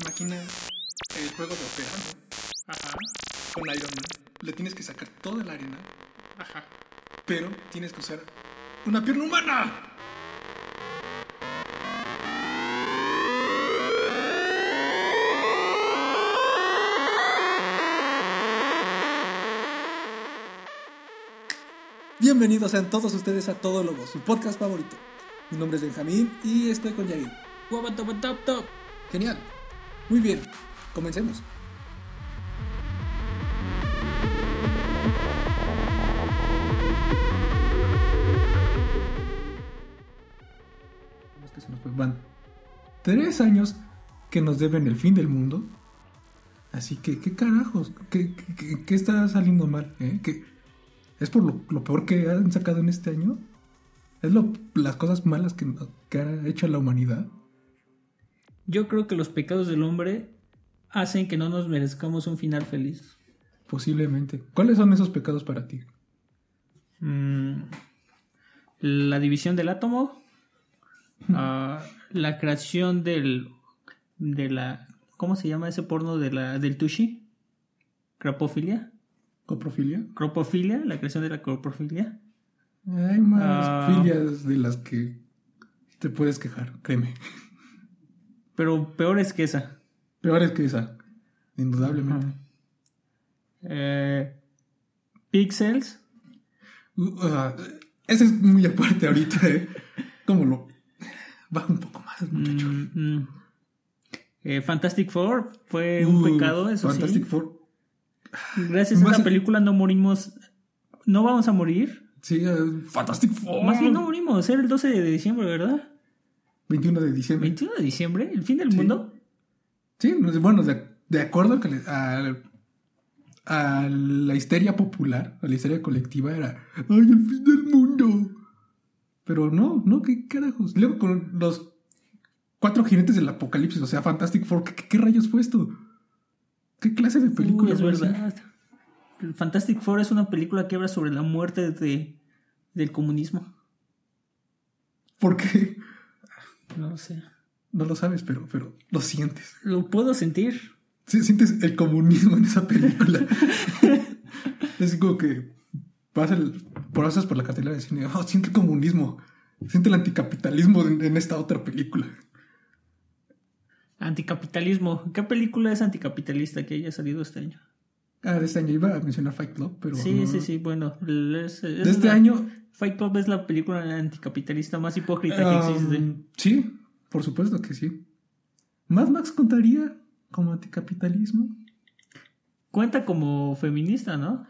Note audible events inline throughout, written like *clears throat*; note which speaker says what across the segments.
Speaker 1: Imagina el juego de océano
Speaker 2: Ajá,
Speaker 1: con Iron Man. Le tienes que sacar toda la arena,
Speaker 2: ajá.
Speaker 1: pero tienes que usar una pierna humana.
Speaker 3: Bienvenidos sean todos ustedes a Todo Lobo, su podcast favorito. Mi nombre es Benjamín y estoy con Yair.
Speaker 2: Guabatopatoptop.
Speaker 3: Genial. Muy bien, comencemos.
Speaker 1: Es que se nos fue. Van tres años que nos deben el fin del mundo. Así que, ¿qué carajos? ¿Qué, qué- qué- qué está saliendo mal? eh? ¿Qué- ¿Es por lo, lo peor que han sacado en este año? ¿Es lo, las cosas malas que, que ha hecho la humanidad?
Speaker 2: Yo creo que los pecados del hombre hacen que no nos merezcamos un final feliz.
Speaker 1: Posiblemente. ¿Cuáles son esos pecados para ti?
Speaker 2: Mm, la división del átomo, ah, la creación del de la ¿cómo se llama ese porno de la del tushi? Cropofilia,
Speaker 1: ¿Coprofilia?
Speaker 2: cropofilia, la creación de la cropofilia.
Speaker 1: Hay más
Speaker 2: Ah.
Speaker 1: filias de las que te puedes quejar, créeme.
Speaker 2: Pero peor es que esa.
Speaker 1: Peores que esa, indudablemente.
Speaker 2: Eh, pixels,
Speaker 1: Uh, o sea, ese es muy aparte ahorita, ¿eh? Como lo... Baja un poco más, muchacho.
Speaker 2: Mm, mm. Eh, Fantastic Four fue
Speaker 1: Uh,
Speaker 2: un pecado, eso
Speaker 1: Fantastic
Speaker 2: sí.
Speaker 1: Four.
Speaker 2: Gracias a
Speaker 1: Más-
Speaker 2: esta película no morimos, no vamos a morir.
Speaker 1: Sí, eh, Fantastic Four.
Speaker 2: Más bien no morimos, era el 12 de diciembre, ¿verdad?
Speaker 1: 21 de diciembre.
Speaker 2: 21 de diciembre, el fin del
Speaker 1: Sí.
Speaker 2: mundo.
Speaker 1: Sí, no sé, bueno, de, de acuerdo que le- a, a la histeria popular, a la histeria colectiva era, ¡ay, el fin del mundo! Pero no, no, qué carajos. Luego con los cuatro jinetes del apocalipsis, o sea, Fantastic Four, ¿qué, qué- qué rayos fue esto? ¿Qué clase de película
Speaker 2: Uy, es
Speaker 1: fue esa?
Speaker 2: verdad. El Fantastic Four es una película que habla sobre la muerte de, del comunismo.
Speaker 1: ¿Por qué? *laughs*
Speaker 2: No sé.
Speaker 1: No lo sabes, pero, pero lo sientes.
Speaker 2: Lo puedo sentir.
Speaker 1: Sí, sientes el comunismo en esa
Speaker 2: *laughs*
Speaker 1: película. es como que vas al- pasas por la cartelera de cine, oh, siente el comunismo, siente el anticapitalismo en, en esta otra película.
Speaker 2: Anticapitalismo. ¿Qué película es anticapitalista que haya salido este año?
Speaker 1: Ah, de este año iba a mencionar Fight Club, pero.
Speaker 2: Sí,
Speaker 1: no.
Speaker 2: sí, sí, bueno. es- es
Speaker 1: De este
Speaker 2: la-
Speaker 1: año.
Speaker 2: Fight Club es la película anticapitalista más hipócrita que existe.
Speaker 1: um, sí, por supuesto que sí. Mad Max contaría como anticapitalismo.
Speaker 2: Cuenta como feminista, ¿no?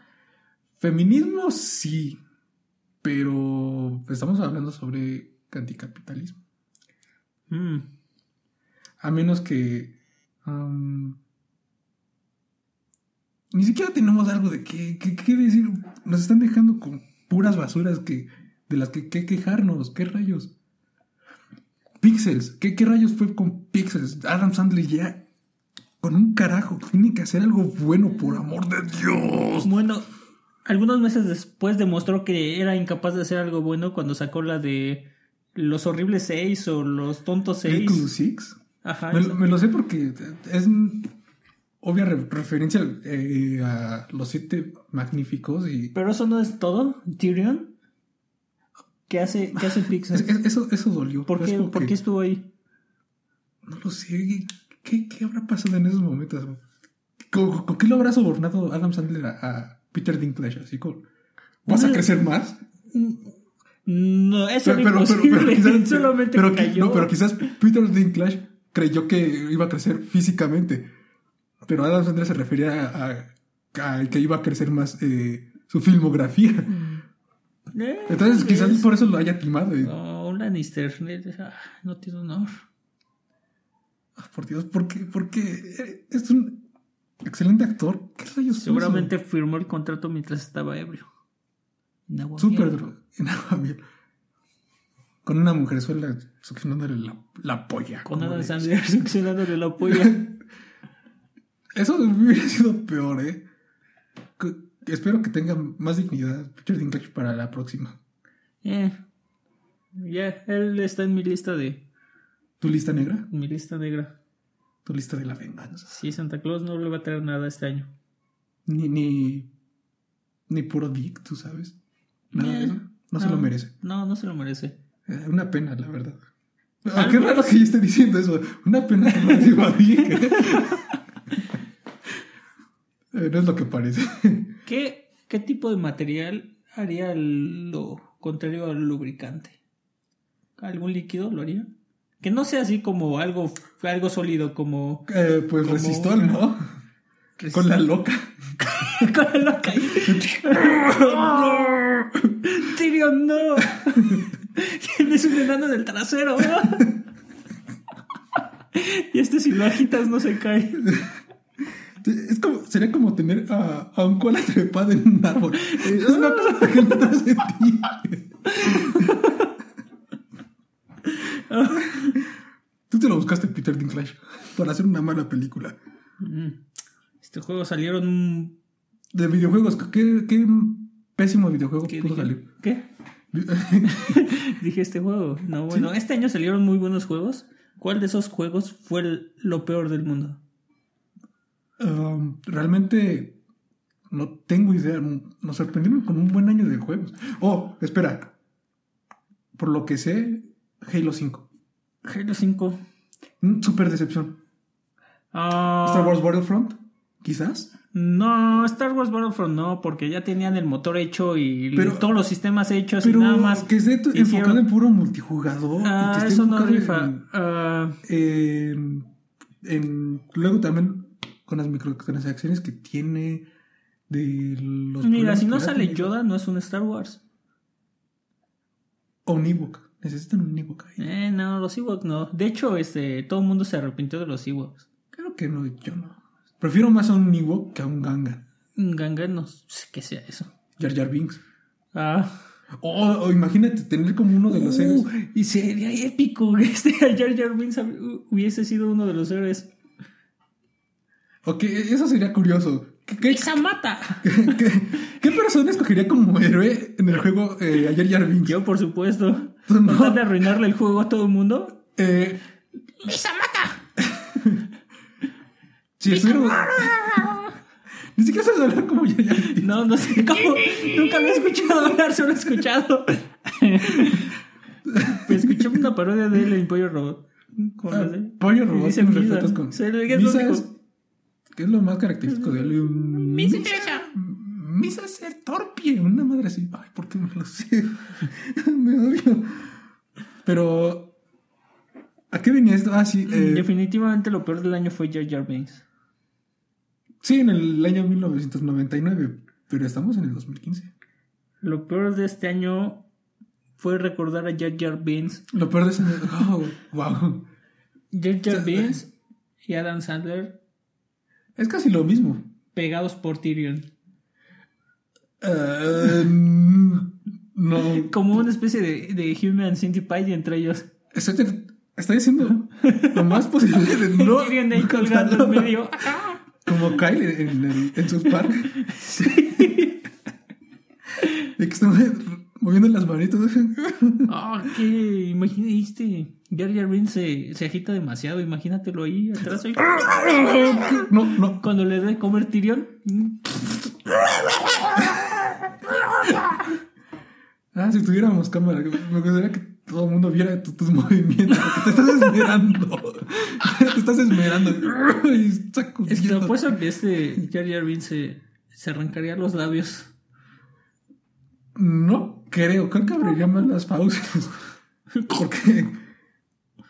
Speaker 1: Feminismo sí, pero estamos hablando sobre anticapitalismo.
Speaker 2: Mm,
Speaker 1: A menos que. am, ni siquiera tenemos algo de qué, qué- qué decir. Nos están dejando con puras basuras que, de las que, que quejarnos. ¿Qué rayos? Pixels. ¿Qué, qué rayos fue con Pixels? Adam Sandler ya. Con un carajo. Tiene que hacer algo bueno, por amor de Dios.
Speaker 2: Bueno, algunos meses después demostró que era incapaz de hacer algo bueno cuando sacó la de Los Horribles 6 o Los Tontos 6.
Speaker 1: Ridiculous Six.
Speaker 2: Ajá.
Speaker 1: Me,
Speaker 2: esa.
Speaker 1: lo- me lo sé porque es un- obvia re- referencia eh, a los siete magníficos y
Speaker 2: Pero eso no es todo. Tyrion. ¿Qué hace,
Speaker 1: *laughs*
Speaker 2: qué hace Pixar?
Speaker 1: Es- es- eso, eso dolió.
Speaker 2: ¿Por
Speaker 1: Es
Speaker 2: qué,
Speaker 1: como
Speaker 2: por
Speaker 1: que-
Speaker 2: qué estuvo ahí?
Speaker 1: No lo sé. ¿Qué, qué habrá pasado en esos momentos? ¿Con, con qué lo habrá sobornado Adam Sandler a, a Peter Dinklage? Así como, ¿vas a
Speaker 2: Una-
Speaker 1: crecer más?
Speaker 2: No, eso
Speaker 1: Pero,
Speaker 2: era
Speaker 1: pero- pero-
Speaker 2: imposible.
Speaker 1: pero quizás,
Speaker 2: *laughs* Solamente
Speaker 1: pero qui-
Speaker 2: cayó.
Speaker 1: no, pero quizás Peter Dinklage creyó que iba a crecer físicamente. Pero Adam Sandler se refería a, a- a que iba a crecer más eh, su filmografía.
Speaker 2: Eh,
Speaker 1: Entonces,
Speaker 2: tal
Speaker 1: quizás
Speaker 2: vez.
Speaker 1: por eso lo haya timado. y-
Speaker 2: No, un Lannister. eh, ah, No tiene honor.
Speaker 1: Ah, Por Dios, ¿por qué? ¿Por qué? Es un excelente actor. ¿Qué rayos fue
Speaker 2: Seguramente firmó el contrato mientras estaba ebrio. En agua
Speaker 1: eso? Súper
Speaker 2: miel.
Speaker 1: dro- en *laughs* agua miel. Con una mujer suela succionándole la, la polla.
Speaker 2: Con
Speaker 1: como
Speaker 2: Adam
Speaker 1: le-
Speaker 2: Sandler succionándole la
Speaker 1: *laughs*
Speaker 2: polla.
Speaker 1: Eso hubiera sido peor, ¿eh? Que- espero que tenga más dignidad Peter Dinklage para la próxima.
Speaker 2: Eh, Ya, él está en mi lista de.
Speaker 1: ¿Tu lista negra?
Speaker 2: Mi lista negra.
Speaker 1: Tu lista de la venganza.
Speaker 2: Sí, Santa Claus no le va a traer nada este año.
Speaker 1: Ni, ni, ni puro Dick, tú sabes. Nada de
Speaker 2: Eh,
Speaker 1: eso. No, se lo merece.
Speaker 2: No, no se lo merece.
Speaker 1: Eh, Una pena, la verdad. Ah, qué raro que yo esté diciendo eso. Una pena que no digo a Dick.
Speaker 2: *laughs*
Speaker 1: Eh, No es lo que parece.
Speaker 2: ¿Qué, ¿Qué tipo de material haría lo contrario al lubricante? ¿Algún líquido lo haría? Que no sea así como algo, algo sólido, como
Speaker 1: Eh, pues
Speaker 2: Como
Speaker 1: resistol,
Speaker 2: una-
Speaker 1: ¿no? Con la loca.
Speaker 2: Con la loca ahí. *laughs*
Speaker 1: *laughs*
Speaker 2: Tyrion, no. Tienes un enano del trasero. y este si lo agitas no se cae.
Speaker 1: Es como, sería como tener a, a un koala trepado en un árbol. Eh, Es una cosa que no trae
Speaker 2: *laughs*
Speaker 1: sentido. Tú te lo buscaste, Peter Dinklage, para hacer una mala película.
Speaker 2: Mm. Este juego salieron
Speaker 1: De videojuegos, qué, qué pésimo videojuego
Speaker 2: ¿Qué
Speaker 1: pudo
Speaker 2: dije?
Speaker 1: salir.
Speaker 2: ¿Qué? Dije este juego. No, bueno, este año salieron muy buenos juegos. ¿Cuál de esos juegos fue el- lo peor del mundo?
Speaker 1: *laughs* Um, realmente no tengo idea. Nos sorprendieron con un buen año de juegos. Oh, espera. Por lo que sé, Halo 5.
Speaker 2: Halo 5.
Speaker 1: Mm, Súper decepción.
Speaker 2: Ah,
Speaker 1: Star Wars Battlefront, quizás.
Speaker 2: No, Star Wars Battlefront no, porque ya tenían el motor hecho y
Speaker 1: Pero-
Speaker 2: todos los sistemas hechos
Speaker 1: Pero
Speaker 2: y nada más.
Speaker 1: que esté
Speaker 2: hicieron-
Speaker 1: enfocado en puro multijugador. y que
Speaker 2: Ah,
Speaker 1: esté
Speaker 2: eso no
Speaker 1: enfocado en-
Speaker 2: rifa. Ah,
Speaker 1: en, Em, en- luego también con las microtransacciones que tiene de los
Speaker 2: mira,
Speaker 1: problemas
Speaker 2: si
Speaker 1: que
Speaker 2: no
Speaker 1: le da
Speaker 2: sale
Speaker 1: con-
Speaker 2: Yoda, no es un Star Wars.
Speaker 1: o un ebook necesitan un ebook ahí
Speaker 2: Eh, no, los Ewoks no. De hecho, este, todo el mundo se arrepintió de los Ewoks.
Speaker 1: claro que no yo no prefiero más a un ebook que a un ganga
Speaker 2: Gangan Mm, no sé qué sea eso.
Speaker 1: Jar Jar Binks
Speaker 2: Ah.
Speaker 1: o o imagínate tener como uno de los héroes
Speaker 2: Uh, Y sería épico que este *laughs* Jar Jar Binks hab- hu- hubiese sido uno de los héroes.
Speaker 1: ok eso sería curioso ¿Qué, qué,
Speaker 2: ¡Esa mata!
Speaker 1: *laughs* qué- qué- qué persona escogería como héroe en el juego eh, a Jar Jar Binks
Speaker 2: Yo, por supuesto.
Speaker 1: Pues No.
Speaker 2: Tratar de arruinarle el juego a todo el mundo.
Speaker 1: Eh,
Speaker 2: ¡Esa mata!
Speaker 1: si estuviéramos *laughs* ni siquiera sabes hablar como Jar Jar Binks
Speaker 2: No, no sé cómo. Nunca lo he escuchado hablar, solo he escuchado. Escuché una parodia de él en Pollo Robot. ¿Cómo lo
Speaker 1: Ah,
Speaker 2: hace?
Speaker 1: Pollo
Speaker 2: Y
Speaker 1: robot
Speaker 2: dice
Speaker 1: con
Speaker 2: Misa.
Speaker 1: respetos con.
Speaker 2: Se le- es lo
Speaker 1: Misa
Speaker 2: único.
Speaker 1: es- ¿Qué es lo más característico de él? Un-
Speaker 2: Misa
Speaker 1: Misa es ser torpe, una madre así. Ay, ¿por qué no lo sé? *laughs* Me odio. Pero. ¿A qué venía esto? Ah,
Speaker 2: Mm,
Speaker 1: sí. eh,
Speaker 2: Definitivamente lo peor del año fue Jar Jar Binks.
Speaker 1: sí, en el año 1999. Pero estamos en el 2015.
Speaker 2: Lo peor de este año fue recordar a Jar Jar Binks
Speaker 1: Lo peor de ese. *laughs* Oh, wow.
Speaker 2: Jar
Speaker 1: O sea, *laughs*
Speaker 2: Jar Binks y Adam Sandler
Speaker 1: Es casi lo mismo.
Speaker 2: pegados por Tyrion.
Speaker 1: Eh, no.
Speaker 2: Como una especie de, de Human Centipede entre ellos.
Speaker 1: Estoy, estoy haciendo lo
Speaker 2: *laughs*
Speaker 1: más posible de no.
Speaker 2: Tyrion ahí
Speaker 1: no
Speaker 2: colgando en
Speaker 1: contarlo.
Speaker 2: medio.
Speaker 1: *laughs* Como Kyle en, en, el- en sus parques. De que están moviendo las manitas.
Speaker 2: Ah, qué imaginaste. Jar Jar Binks se, se agita demasiado. Imagínatelo ahí atrás. ahí.
Speaker 1: No, no.
Speaker 2: Cuando le dé de comer Tyrion. mm,
Speaker 1: Ah, si tuviéramos cámara, me gustaría que todo el mundo viera tu- tus movimientos. Porque te estás esmerando. Te estás esmerando. Y sacudiendo.
Speaker 2: Es que te apuesto que este Jar Jar Binks se, se arrancaría los labios.
Speaker 1: No creo, creo que abriría más las pausas. Porque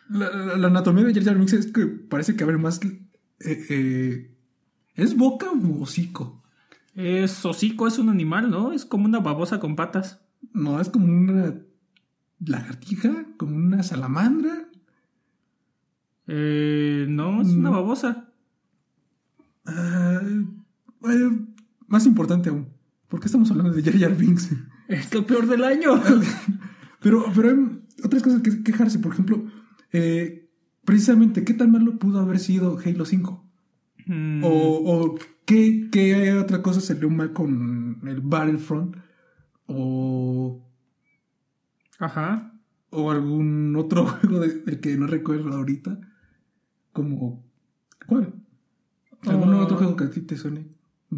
Speaker 1: la, la- la anatomía de Jar Jar Binks es que parece que abre más. eh, eh, ¿Es boca u hocico?
Speaker 2: Es hocico, es un animal, ¿no? Es como una babosa con patas.
Speaker 1: No, es como una lagartija, como una salamandra.
Speaker 2: Eh, no, es una
Speaker 1: Mm.
Speaker 2: babosa.
Speaker 1: Ah, eh, más importante aún, ¿por qué estamos hablando de Jar Jar Binks?
Speaker 2: Es lo peor del año.
Speaker 1: *laughs* Pero, pero hay otras cosas que quejarse, por ejemplo, eh, precisamente, ¿qué tan malo pudo haber sido Halo 5?
Speaker 2: Mm,
Speaker 1: ¿O, o qué, qué otra cosa salió mal con el Battlefront? ¿O,
Speaker 2: Ajá.
Speaker 1: *laughs* o algún otro juego de- del que no recuerdo ahorita? Como ¿Cuál? ¿Algún
Speaker 2: Oh.
Speaker 1: otro juego que a ti te suene?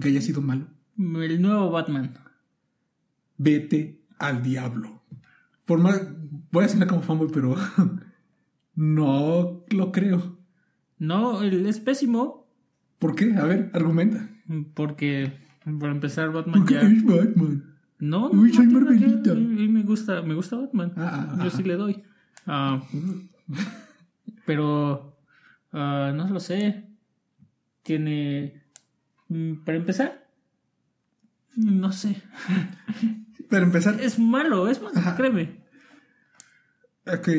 Speaker 1: Que haya sido malo.
Speaker 2: El nuevo Batman.
Speaker 1: Vete al diablo. Por más. Voy a sonar como fanboy, pero. *laughs* no lo creo.
Speaker 2: No, el- es pésimo
Speaker 1: ¿Por qué? A ver, argumenta.
Speaker 2: porque, para empezar,
Speaker 1: *laughs*
Speaker 2: Batman
Speaker 1: Porque
Speaker 2: ya...
Speaker 1: es Batman.
Speaker 2: No,
Speaker 1: Uy,
Speaker 2: no
Speaker 1: soy
Speaker 2: tiene nada que ver.
Speaker 1: Marvelita.
Speaker 2: A mí me gusta, me gusta Batman.
Speaker 1: Ah, ah,
Speaker 2: Yo
Speaker 1: ah.
Speaker 2: sí le doy. Ah, pero ah, no lo sé. Tiene. mm, Para empezar, no sé.
Speaker 1: ah. Para empezar,
Speaker 2: Es malo, es malo,
Speaker 1: Ajá.
Speaker 2: créeme.
Speaker 1: ok.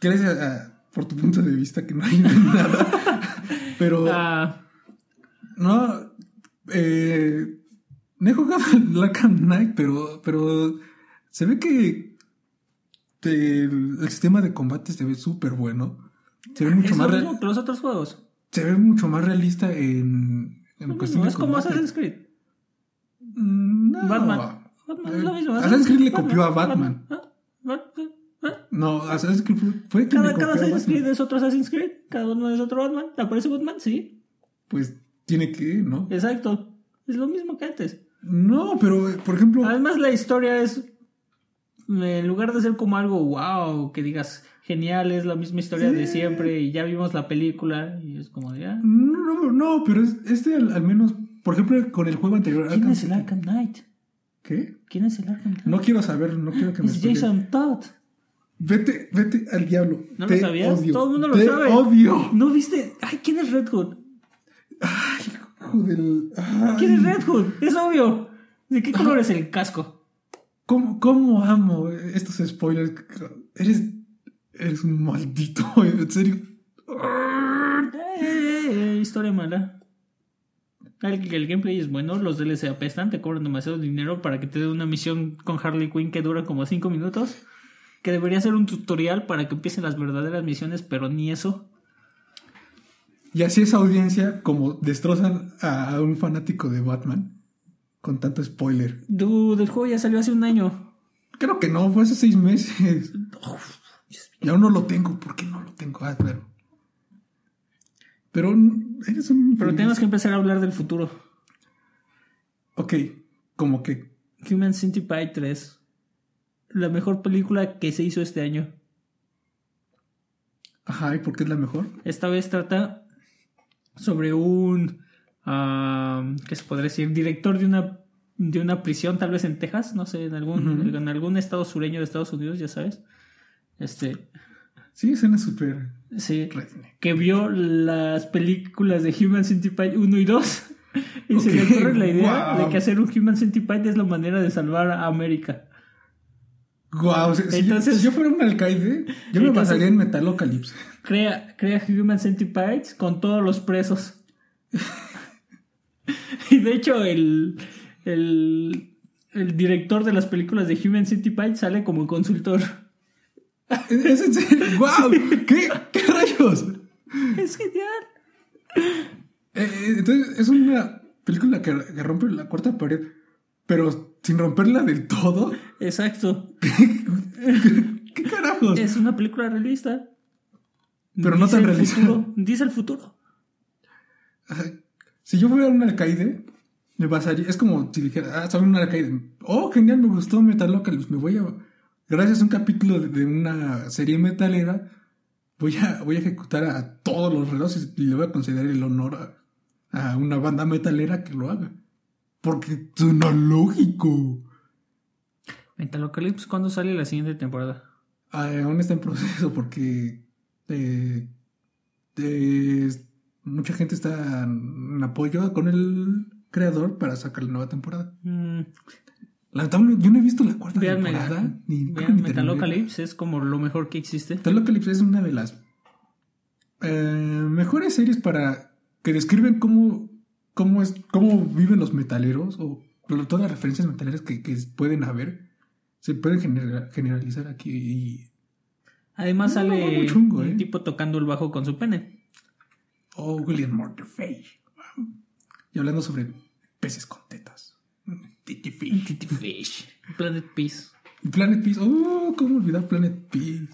Speaker 1: Gracias ah, por tu punto de vista que no hay *laughs* nada. pero.
Speaker 2: Ah,
Speaker 1: No, eh, no he jugado al Black and Knight, pero, pero se ve que el, el sistema de combate se ve súper bueno. Se ve mucho
Speaker 2: es lo
Speaker 1: más re-
Speaker 2: mismo que los otros juegos.
Speaker 1: se ve mucho más realista en, en
Speaker 2: No
Speaker 1: cuestión de
Speaker 2: es como
Speaker 1: combate.
Speaker 2: Assassin's Creed.
Speaker 1: Mm, No.
Speaker 2: Batman. Batman es lo
Speaker 1: Eh,
Speaker 2: mismo.
Speaker 1: Assassin's Creed le copió a
Speaker 2: Ah, Batman, ah.
Speaker 1: No, Assassin's Creed fue- fue que
Speaker 2: Cada,
Speaker 1: le
Speaker 2: cada
Speaker 1: copió a
Speaker 2: Assassin's
Speaker 1: Batman.
Speaker 2: Creed es otro Assassin's Creed. Cada Batman es otro Batman. ¿Aparece Batman? Sí.
Speaker 1: Pues tiene que, ¿no?
Speaker 2: Exacto. Es lo mismo que antes.
Speaker 1: No, pero eh, por ejemplo,
Speaker 2: Además, la historia es. En lugar de ser como algo wow, que digas genial, es la misma historia de
Speaker 1: Sí.
Speaker 2: siempre y ya vimos la película y es como de. ah,
Speaker 1: no, no, pero es- este al, al menos, por ejemplo, con el juego anterior.
Speaker 2: ¿Quién
Speaker 1: Arkham
Speaker 2: es el
Speaker 1: City-
Speaker 2: Arkham Knight?
Speaker 1: ¿Qué?
Speaker 2: ¿Quién es el Arkham Knight?
Speaker 1: No quiero saber, no quiero que me
Speaker 2: es
Speaker 1: spoileen.
Speaker 2: Jason Todd.
Speaker 1: Vete, vete al diablo.
Speaker 2: ¿No lo
Speaker 1: Te
Speaker 2: sabías?
Speaker 1: odio.
Speaker 2: Todo el mundo lo
Speaker 1: Te
Speaker 2: sabe.
Speaker 1: odio.
Speaker 2: ¿No viste? Ay, ¿quién es Red Hood?
Speaker 1: Ay, hijo del- ay.
Speaker 2: ¿Quién es Red Hood? Es obvio. ¿De qué color es el casco?
Speaker 1: ¿Cómo, cómo amo estos spoilers? Eres, eres un maldito, *laughs* en serio.
Speaker 2: Eh, eh, eh, historia mala. El, el gameplay es bueno, los DLC apestan, te cobran demasiado dinero para que te dé una misión con Harley Quinn que dura como 5 minutos. Que debería ser un tutorial para que empiecen las verdaderas misiones, pero ni eso.
Speaker 1: Y así esa audiencia, como destrozan a un fanático de Batman con tanto spoiler.
Speaker 2: Dude, el juego ya salió hace un año.
Speaker 1: Creo que no, fue hace seis meses. Y aún no lo tengo. ¿Por qué no lo tengo? Ah, claro. Pero eres un.
Speaker 2: Pero
Speaker 1: infeliz.
Speaker 2: tenemos que empezar a hablar del futuro.
Speaker 1: Ok, como que
Speaker 2: Human Centipede 3. La mejor película que se hizo este año.
Speaker 1: Ajá, ¿y por qué es la mejor?
Speaker 2: Esta vez trata sobre un, ah, ¿qué se podría decir? Director de una, de una prisión, tal vez en Texas, no sé, en algún,
Speaker 1: Ujú.
Speaker 2: en algún estado sureño de Estados Unidos, ya sabes. Este,
Speaker 1: Sí, suena súper
Speaker 2: sí,
Speaker 1: redneck.
Speaker 2: que vio las películas de Human Centipede 1 y 2 *laughs* y se le
Speaker 1: Ok,
Speaker 2: ocurre la idea
Speaker 1: wow.
Speaker 2: de que hacer un Human Centipede es la manera de salvar a América.
Speaker 1: Guau, si, si-
Speaker 2: Entonces-
Speaker 1: si yo fuera un alcaide, yo me
Speaker 2: Entonces-
Speaker 1: basaría en Metalocalypse.
Speaker 2: Crea, crea Human Centipedes con todos los presos. *laughs* y de hecho, el, el, el director de las películas de Human Centipede sale como consultor.
Speaker 1: *laughs*
Speaker 2: *laughs*
Speaker 1: Es- es en serio. ¡Guau! ¿Qué, qué rayos?
Speaker 2: Es genial.
Speaker 1: Eh, eh, entonces, es una película que, que rompe la cuarta pared, pero sin romperla del todo.
Speaker 2: Exacto.
Speaker 1: ¿Qué carajos?
Speaker 2: Es una película realista.
Speaker 1: Pues- Pero no
Speaker 2: Dice
Speaker 1: tan
Speaker 2: el
Speaker 1: realista.
Speaker 2: futuro- dice el futuro.
Speaker 1: Ajá. Si yo fuera un alcaide, me basaría. Es como si dijera, ah, soy un alcaide. Oh, genial, me gustó Metalocalypse. Me voy a. Gracias a un capítulo de, de una serie metalera, voy a, voy a ejecutar a todos los relojes y le voy a conceder el honor a, a una banda metalera que lo haga. Porque suena lógico.
Speaker 2: Metalocalypse, ¿cuándo sale la siguiente temporada?
Speaker 1: Ah, aún está en proceso porque. eh, eh, mucha gente está en apoyo con el creador para sacar la nueva temporada.
Speaker 2: Mm,
Speaker 1: Lamentablemente, yo no he visto la cuarta
Speaker 2: Vean
Speaker 1: temporada.
Speaker 2: Mega-
Speaker 1: ni, creo que
Speaker 2: vean
Speaker 1: ni terminé.
Speaker 2: Metalocalypse es como lo mejor que existe.
Speaker 1: Metalocalypse es una de las eh, mejores series para que describen cómo, cómo, es, cómo viven los metaleros o todas las referencias metaleras que, que pueden haber. Se pueden genera- generalizar aquí. Y,
Speaker 2: Además
Speaker 1: No,
Speaker 2: sale
Speaker 1: muy chungo, ¿eh?
Speaker 2: un tipo tocando el bajo con su pene.
Speaker 1: oh, William Mortifier. Wow. Y hablando sobre peces con tetas. Mm, titty fish.
Speaker 2: Titty Fish. Planet Peace.
Speaker 1: Y Planet Peace. Oh, cómo olvidar Planet Peace.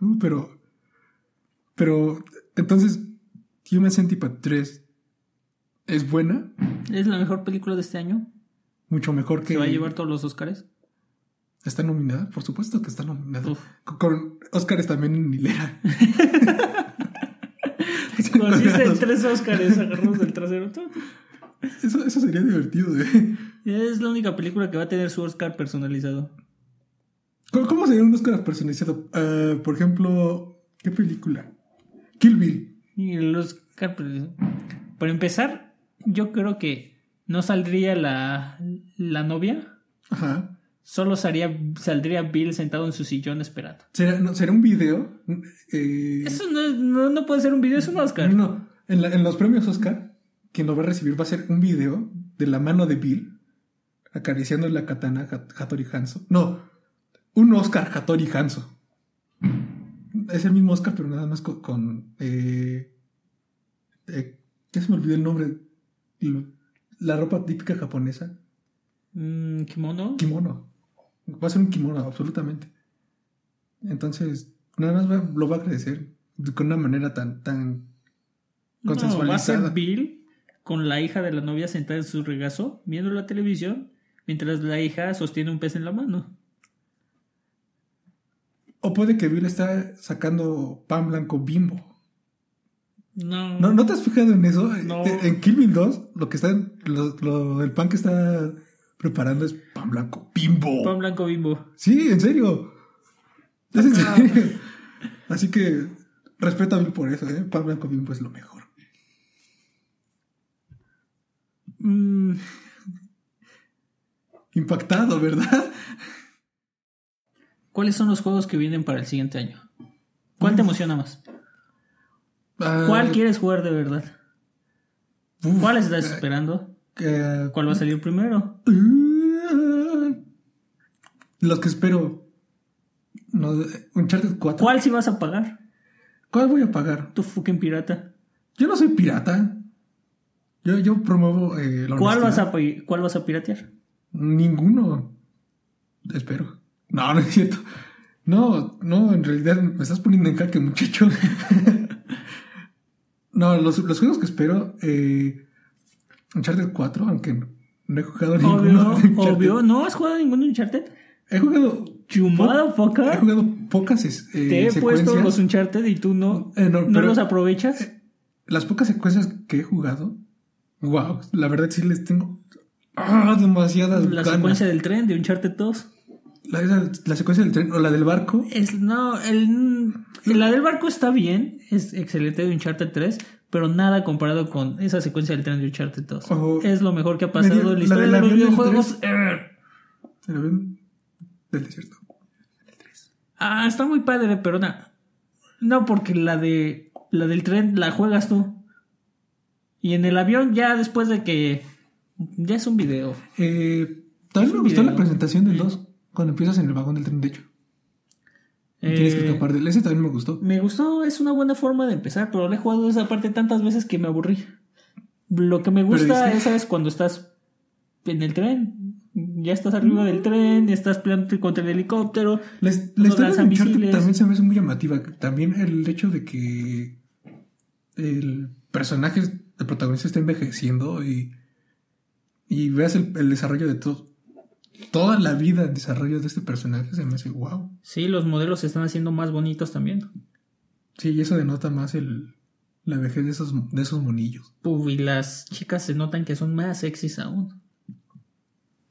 Speaker 1: Uh, pero. Pero. Entonces. Human Centipede 3 es buena,
Speaker 2: Es la mejor película de este año.
Speaker 1: mucho mejor que...
Speaker 2: Se va a llevar todos los *laughs* Oscars.
Speaker 1: Está nominada, por supuesto que está nominada.
Speaker 2: Uf.
Speaker 1: Con- Con Óscares también en
Speaker 2: *laughs*
Speaker 1: hilera. *laughs*
Speaker 2: Consiste en tres Oscars agarrados del trasero.
Speaker 1: Eso, eso sería divertido, ¿eh?
Speaker 2: Es la única película que va a tener su Oscar personalizado.
Speaker 1: ¿Cómo, cómo sería un Óscar personalizado? Ah, por ejemplo, ¿qué película? Kill Bill.
Speaker 2: Y el Oscar, pues, para empezar, yo creo que no saldría la, la novia,
Speaker 1: Ajá.
Speaker 2: solo salía- saldría Bill sentado en su sillón esperando.
Speaker 1: ¿Será, no, será un video? Eh,
Speaker 2: Eso no, es- no, no puede ser un video, es un Oscar.
Speaker 1: No, en, la- en los premios Oscar, quien lo va a recibir va a ser un video de la mano de Bill acariciando la katana Hat- Hattori Hanzo. No, un Oscar Hattori Hanzo. Es el mismo Oscar, pero nada más co- con. eh, eh, ya se me olvidó el nombre. Lo- La ropa típica japonesa.
Speaker 2: Mm, kimono.
Speaker 1: Kimono. Va a ser un kimono, absolutamente. Entonces, nada más va- lo va a agradecer de- con una manera tan, tan
Speaker 2: No, va a
Speaker 1: consensualizada.
Speaker 2: ser Bill con la hija de la novia sentada en su regazo, viendo la televisión, mientras la hija sostiene un pez en la mano.
Speaker 1: O puede que Bill está sacando pan blanco bimbo.
Speaker 2: No,
Speaker 1: ¿No, ¿no te has fijado en eso? Eh,
Speaker 2: No.
Speaker 1: En en Kill Bill 2, lo que está, en- lo, lo- el pan que está preparando es pan blanco bimbo.
Speaker 2: pan blanco bimbo.
Speaker 1: Sí, en serio. Es en serio. Así que respeto a Bill por eso, ¿eh? Pan blanco bimbo es lo mejor.
Speaker 2: Mm,
Speaker 1: Impactado, ¿verdad?
Speaker 2: ¿Cuáles son los juegos que vienen para el siguiente año? ¿Cuál te emociona más?
Speaker 1: Ah,
Speaker 2: ¿Cuál quieres jugar de verdad?
Speaker 1: uf,
Speaker 2: ¿Cuál estás esperando?
Speaker 1: eh,
Speaker 2: ¿Cuál va a salir primero?
Speaker 1: ah, los que espero. No, Uncharted 4.
Speaker 2: ¿Cuál si vas a pagar?
Speaker 1: ¿Cuál voy a pagar?
Speaker 2: Tu fucking pirata.
Speaker 1: Yo no soy pirata. Yo, yo promuevo eh, la
Speaker 2: ¿Cuál vas,
Speaker 1: honestidad.
Speaker 2: a, pi- ¿Cuál vas a piratear?
Speaker 1: Ninguno. Espero. No, no es cierto. No, no, en realidad me estás poniendo en jaque, muchacho. *laughs* no, los, los juegos que espero... Eh, Uncharted 4, aunque no, no he jugado ninguno. de
Speaker 2: Obvio,
Speaker 1: *laughs* Uncharted.
Speaker 2: obvio. ¿No has jugado ningún Uncharted?
Speaker 1: He jugado...
Speaker 2: You
Speaker 1: po- He
Speaker 2: motherfucker.
Speaker 1: jugado pocas es- eh,
Speaker 2: Te he puesto
Speaker 1: secuencias.
Speaker 2: los Uncharted y tú no,
Speaker 1: Eh, no,
Speaker 2: no,
Speaker 1: pero-
Speaker 2: los aprovechas.
Speaker 1: las pocas secuencias que he jugado, wow, la verdad sí les tengo ah, demasiadas
Speaker 2: La
Speaker 1: ganas.
Speaker 2: secuencia del tren de Uncharted 2.
Speaker 1: La, esa- la secuencia del tren o la del barco.
Speaker 2: Es, no, el, la del barco está bien, es excelente de Uncharted 3, pero nada comparado con esa secuencia del tren de Uncharted 2.
Speaker 1: Ojo.
Speaker 2: es lo mejor que ha pasado en la
Speaker 1: del
Speaker 2: historia de,
Speaker 1: avión
Speaker 2: los
Speaker 1: del
Speaker 2: videojuegos. ever.
Speaker 1: ¿Se la ven? Del desierto.
Speaker 2: Ah, está muy padre, pero no. No, porque la de la del tren la juegas tú. Y en el avión ya después de que ya es un video.
Speaker 1: Eh, también me
Speaker 2: un
Speaker 1: gustó
Speaker 2: video.
Speaker 1: la presentación del 2 cuando empiezas en el vagón del tren, de hecho. Y Tienes que
Speaker 2: Eh,
Speaker 1: escapar del ese también me gustó.
Speaker 2: Me gustó, es una buena forma de empezar, pero le he jugado esa parte tantas veces que me aburrí. Lo que me gusta
Speaker 1: ¿viste?
Speaker 2: esa es cuando estás en el tren. Ya estás arriba del tren, estás peleando contra el helicóptero.
Speaker 1: La, his- la
Speaker 2: Los
Speaker 1: historia de Uncharted
Speaker 2: lanzamisiles.
Speaker 1: también se me hace muy llamativa. También el hecho de que el personaje, el protagonista está envejeciendo y, y veas el, el desarrollo de todo. Toda la vida en desarrollo de este personaje se me hace wow.
Speaker 2: Sí, los modelos se están haciendo más bonitos también.
Speaker 1: Sí, y eso denota más el, la vejez de esos, de esos monillos.
Speaker 2: Puf, y las chicas se notan que son más sexys aún.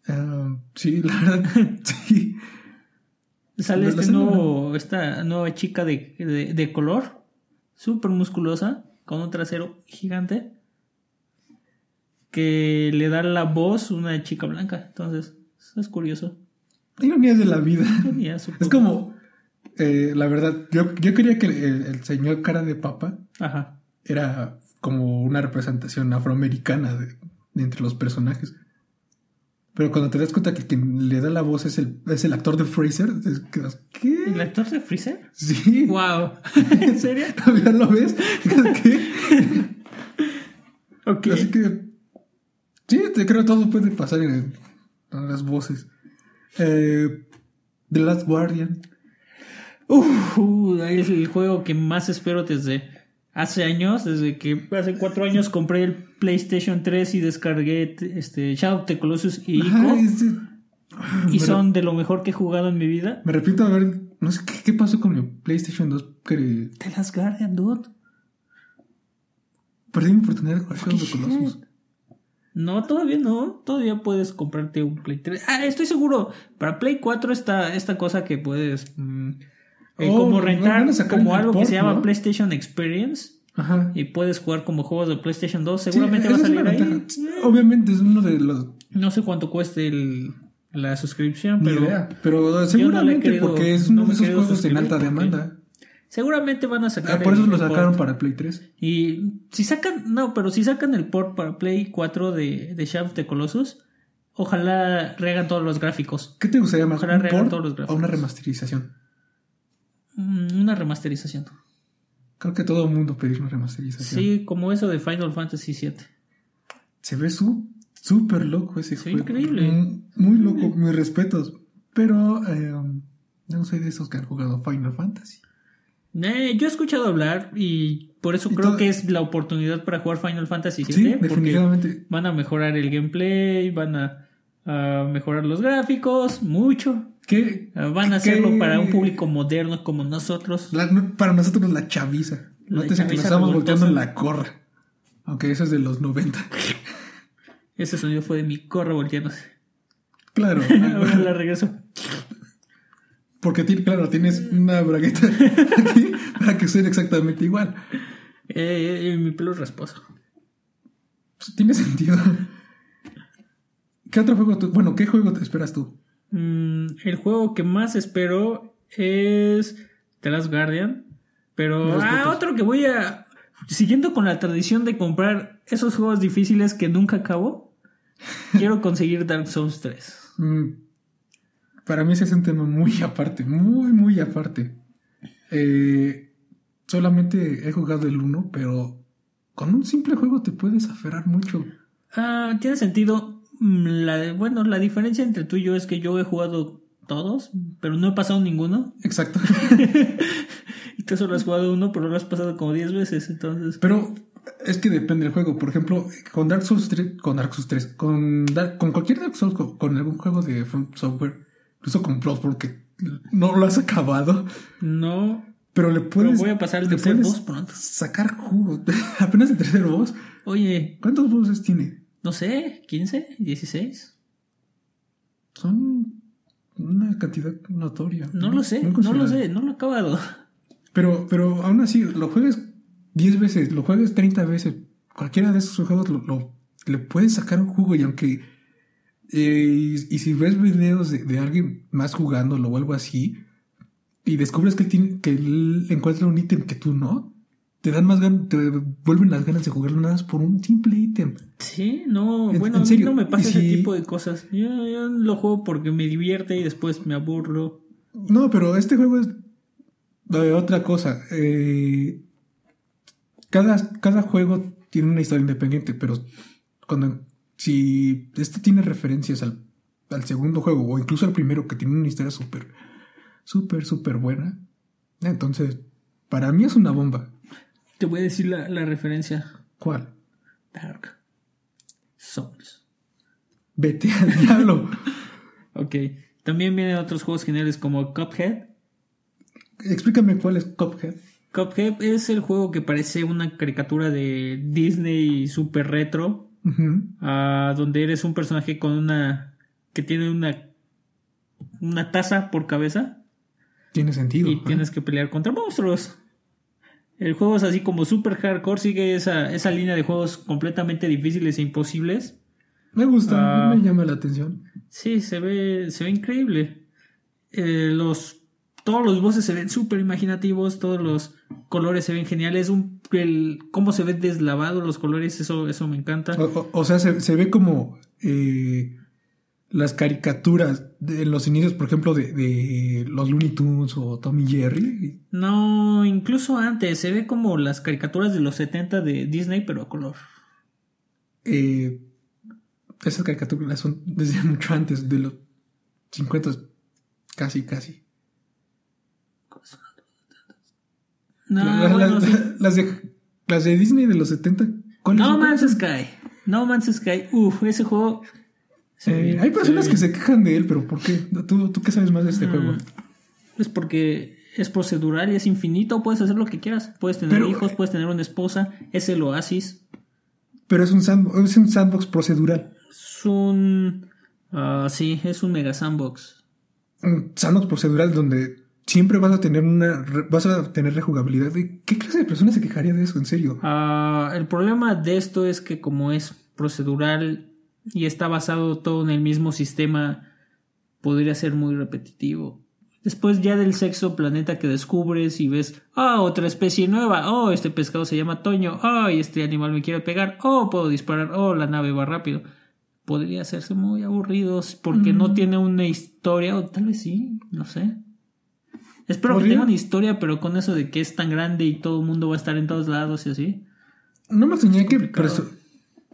Speaker 1: Ah, sí, *laughs* la verdad, sí.
Speaker 2: Sale
Speaker 1: Lo-
Speaker 2: este
Speaker 1: lo sé,
Speaker 2: nuevo, esta nueva chica de, de, de color, súper musculosa, con un trasero gigante, que le da la voz una chica blanca. Entonces, eso es curioso.
Speaker 1: Ironías de la vida.
Speaker 2: Y ya supo-
Speaker 1: Es como, eh, la verdad, yo, yo quería que el- el señor cara de papa
Speaker 2: Ajá.
Speaker 1: era como una representación afroamericana de, de entre los personajes. Pero cuando te das cuenta que quien le da la voz es el, es el actor de Fraser, te quedas,
Speaker 2: ¿El
Speaker 1: ¿qué?
Speaker 2: actor de Freezer?
Speaker 1: Sí.
Speaker 2: ¡Wow! ¿En serio?
Speaker 1: *laughs* ¿Ya lo ves? *laughs* Dices, ¿Qué?
Speaker 2: Ok.
Speaker 1: Así que. Sí, te creo todo puede pasar en, en las voces. Eh, The Last Guardian.
Speaker 2: Uf, uh, es el juego que más espero desde hace años, desde que hace cuatro años compré el PlayStation 3 y descargué t- este, Shadow of the Colossus y Ico,
Speaker 1: Ay, sí.
Speaker 2: y
Speaker 1: Pero-
Speaker 2: son de lo mejor que he jugado en mi vida.
Speaker 1: Me repito, a ver, no sé qué, qué pasó con mi PlayStation 2, que
Speaker 2: The Last Guardian, dude.
Speaker 1: perdí mi oportunidad de jugar Shadow of the
Speaker 2: Fucking
Speaker 1: Colossus.
Speaker 2: shit. No, todavía no. Todavía puedes comprarte un Play 3. Ah, estoy seguro. Para Play 4 está esta cosa que puedes mm, eh,
Speaker 1: Oh,
Speaker 2: como rentar
Speaker 1: van a sacar
Speaker 2: como
Speaker 1: el
Speaker 2: algo que
Speaker 1: port,
Speaker 2: se llama
Speaker 1: ¿no?
Speaker 2: PlayStation Experience
Speaker 1: Ajá.
Speaker 2: y puedes jugar como juegos de PlayStation 2.
Speaker 1: Sí,
Speaker 2: Seguramente va a
Speaker 1: esa es
Speaker 2: salir
Speaker 1: una
Speaker 2: ahí.
Speaker 1: ventaja. Sí, Obviamente es uno de los.
Speaker 2: No sé cuánto cueste el- la suscripción,
Speaker 1: Ni
Speaker 2: pero
Speaker 1: idea. Pero seguramente
Speaker 2: querido-
Speaker 1: porque es uno
Speaker 2: no me
Speaker 1: de esos
Speaker 2: he querido
Speaker 1: juegos en
Speaker 2: suscribir
Speaker 1: alta
Speaker 2: porque-
Speaker 1: demanda.
Speaker 2: seguramente van a sacar.
Speaker 1: Ah, por
Speaker 2: el-
Speaker 1: eso lo
Speaker 2: el port.
Speaker 1: sacaron para Play 3.
Speaker 2: Y si sacan, no, pero si sacan el port para Play 4 de, de Shaft de Colossus, ojalá rehagan todos los gráficos.
Speaker 1: ¿Qué te gustaría más?
Speaker 2: Ojalá
Speaker 1: ¿Un
Speaker 2: regalen
Speaker 1: port
Speaker 2: todos los
Speaker 1: o una
Speaker 2: gráficos.
Speaker 1: remasterización?
Speaker 2: Mm, Una remasterización.
Speaker 1: Creo que todo el mundo pedir una remasterización.
Speaker 2: Sí, como eso de Final Fantasy VII.
Speaker 1: Se ve su- súper loco ese
Speaker 2: Se ve
Speaker 1: juego.
Speaker 2: increíble.
Speaker 1: Mm, Muy loco, mis respetos. Pero eh, yo no soy de esos que han jugado Final Fantasy.
Speaker 2: Eh, yo he escuchado hablar y por eso
Speaker 1: Y
Speaker 2: creo
Speaker 1: todo-
Speaker 2: que es la oportunidad para jugar Final Fantasy VII.
Speaker 1: Sí,
Speaker 2: porque
Speaker 1: definitivamente.
Speaker 2: van a mejorar el gameplay, van a, a mejorar los gráficos, mucho.
Speaker 1: Que
Speaker 2: Ah, Van a hacerlo
Speaker 1: ¿Qué?
Speaker 2: para un público moderno como nosotros.
Speaker 1: la- para nosotros la chaviza. No
Speaker 2: La
Speaker 1: te sé que
Speaker 2: chaviza
Speaker 1: nos estamos volteando en
Speaker 2: revoltosa.
Speaker 1: la corra. Aunque eso es de los
Speaker 2: *laughs*
Speaker 1: 90.
Speaker 2: Ese sonido fue de mi corra volteándose.
Speaker 1: *laughs* Claro.
Speaker 2: Ahora la regreso.
Speaker 1: Porque, ti- claro, tienes una bragueta *laughs* aquí para que suene exactamente igual.
Speaker 2: Eh, eh, mi pelo es rasposo.
Speaker 1: Pues, tiene sentido. ¿Qué otro juego tú- Bueno, ¿qué juego te esperas tú?
Speaker 2: Mm, el juego que más espero es The Last Guardian.
Speaker 1: Me
Speaker 2: Pero.
Speaker 1: respetas.
Speaker 2: Ah, otro que voy a. Siguiendo con la tradición de comprar esos juegos difíciles que nunca acabo, quiero conseguir Dark Souls 3.
Speaker 1: Mm, para mí ese es un tema muy *laughs* aparte, muy, muy aparte. Eh, solamente he jugado el 1, pero con un simple juego te puedes aferrar mucho.
Speaker 2: Ah, tiene sentido. Mm, La, bueno, la diferencia entre tú y yo es que yo he jugado todos, pero no he pasado ninguno.
Speaker 1: Exacto.
Speaker 2: Y tú solo has jugado uno, pero lo has pasado como 10 veces, entonces.
Speaker 1: *laughs* Pero es que depende del juego. Por ejemplo, con Dark Souls 3, con Dark Souls 3, con, Dark- con cualquier Dark Souls, con, con algún juego de From Software, incluso con Bloodborne, que no lo has acabado,
Speaker 2: No,
Speaker 1: pero le puedes.
Speaker 2: pero voy a pasar el
Speaker 1: le
Speaker 2: tercer
Speaker 1: puedes
Speaker 2: boss pronto.
Speaker 1: Sacar jugo. *laughs* Apenas el tercer boss.
Speaker 2: Oye,
Speaker 1: ¿Cuántos bosses tiene?
Speaker 2: no sé, 15, 16.
Speaker 1: Son una cantidad notoria.
Speaker 2: No lo sé,
Speaker 1: Muy
Speaker 2: no lo
Speaker 1: considerable.
Speaker 2: sé, no lo he acabado. *laughs*
Speaker 1: Pero, pero aún así, lo juegues 10 veces, lo juegues 30 veces, cualquiera de esos juegos lo, lo- le puedes sacar un jugo y aunque... eh, y, y si ves videos de, de alguien más jugándolo o algo así, y descubres que él, tiene, que él encuentra un ítem que tú no, te dan más ganas, te vuelven las ganas de jugarlo nada más por un simple ítem.
Speaker 2: Sí, no,
Speaker 1: En-
Speaker 2: bueno,
Speaker 1: en
Speaker 2: a mí
Speaker 1: serio,
Speaker 2: no me pasa
Speaker 1: y
Speaker 2: ese
Speaker 1: si-
Speaker 2: tipo de cosas. Yo, yo lo juego porque me divierte y después me aburro.
Speaker 1: No, pero este juego es eh, otra cosa. Eh, cada, cada juego tiene una historia independiente, pero cuando si este tiene referencias al, al segundo juego o incluso al primero que tiene una historia súper, súper, súper buena, entonces para mí es una bomba.
Speaker 2: Te voy a decir la, la referencia.
Speaker 1: ¿Cuál?
Speaker 2: Dark Souls.
Speaker 1: Vete al *laughs* diablo.
Speaker 2: Ok, también vienen otros juegos geniales como Cuphead.
Speaker 1: Explícame cuál es Cuphead.
Speaker 2: Cuphead es el juego que parece una caricatura de Disney super retro.
Speaker 1: Ujú.
Speaker 2: Ah, donde eres un personaje con una que tiene una una taza por cabeza
Speaker 1: Tiene sentido.
Speaker 2: y
Speaker 1: ¿eh?
Speaker 2: tienes que pelear contra monstruos. El juego es así como super hardcore, sigue esa, esa línea de juegos completamente difíciles e imposibles.
Speaker 1: Me gusta,
Speaker 2: Ah.
Speaker 1: me llama la atención.
Speaker 2: Sí, se ve, se ve increíble. Eh, los, todos los voces se ven súper imaginativos, todos los colores se ven geniales. Un, el, cómo se ve deslavado los colores, eso, eso me encanta.
Speaker 1: O, o- o sea, se, se ve como eh, las caricaturas de los inicios, por ejemplo, de, de eh, los Looney Tunes o Tommy Jerry.
Speaker 2: No, incluso antes, se ve como las caricaturas de los 70 de Disney, pero a color.
Speaker 1: Eh, esas caricaturas son desde *laughs* mucho antes, de los 50, casi, casi.
Speaker 2: No,
Speaker 1: La- la-
Speaker 2: bueno,
Speaker 1: la-
Speaker 2: sí,
Speaker 1: Las de Las de Disney de los 70. ¿cuáles
Speaker 2: No
Speaker 1: son?
Speaker 2: Man's Sky. No Man's Sky. Uf, ese juego. se
Speaker 1: Eh,
Speaker 2: ve-
Speaker 1: hay personas
Speaker 2: ve
Speaker 1: que
Speaker 2: bien.
Speaker 1: se quejan de él, pero ¿por qué? ¿Tú, tú qué sabes más de
Speaker 2: Mm.
Speaker 1: este juego?
Speaker 2: Es porque es procedural y es infinito. Puedes hacer lo que quieras. Puedes tener
Speaker 1: Pero-
Speaker 2: hijos, puedes tener una esposa. Es el oasis.
Speaker 1: Pero es un, sandbo- es un sandbox procedural.
Speaker 2: Es un. ah, sí, es un mega sandbox.
Speaker 1: Un sandbox procedural mm, donde siempre vas a tener una re- vas a tener rejugabilidad. ¿De ¿Qué clase de personas se quejaría de eso? En serio.
Speaker 2: Ah, el problema de esto es que, como es procedural y está basado todo en el mismo sistema, podría ser muy repetitivo. Después ya del sexto planeta que descubres y ves, ah, otra especie nueva, oh, este pescado se llama Toño, oh, y este animal me quiere pegar, oh, puedo disparar, oh, la nave va rápido. Podría hacerse muy aburridos porque no tiene una historia, o tal vez sí, no sé. Espero que
Speaker 1: Aburrido.
Speaker 2: tenga una historia, pero con eso de que es tan grande y todo el mundo va a estar en todos lados y así.
Speaker 1: No me extrañaría que
Speaker 2: complicado.
Speaker 1: perso-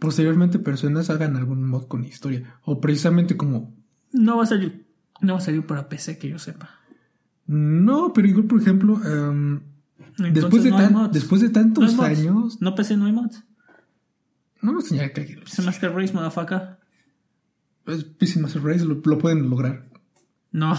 Speaker 1: posteriormente personas hagan algún mod con historia. O precisamente como.
Speaker 2: No va a salir, no va a salir para PC que yo sepa.
Speaker 1: No, pero igual, por ejemplo, em,
Speaker 2: Entonces,
Speaker 1: después, de
Speaker 2: no hay
Speaker 1: tan-
Speaker 2: mods.
Speaker 1: después de
Speaker 2: No hay
Speaker 1: tantos
Speaker 2: mods.
Speaker 1: años,
Speaker 2: No PC, no hay mods.
Speaker 1: no me extrañaría que alguien.
Speaker 2: Se Master Race, motherfucker.
Speaker 1: Es PC Master Race lo, lo pueden lograr.
Speaker 2: No.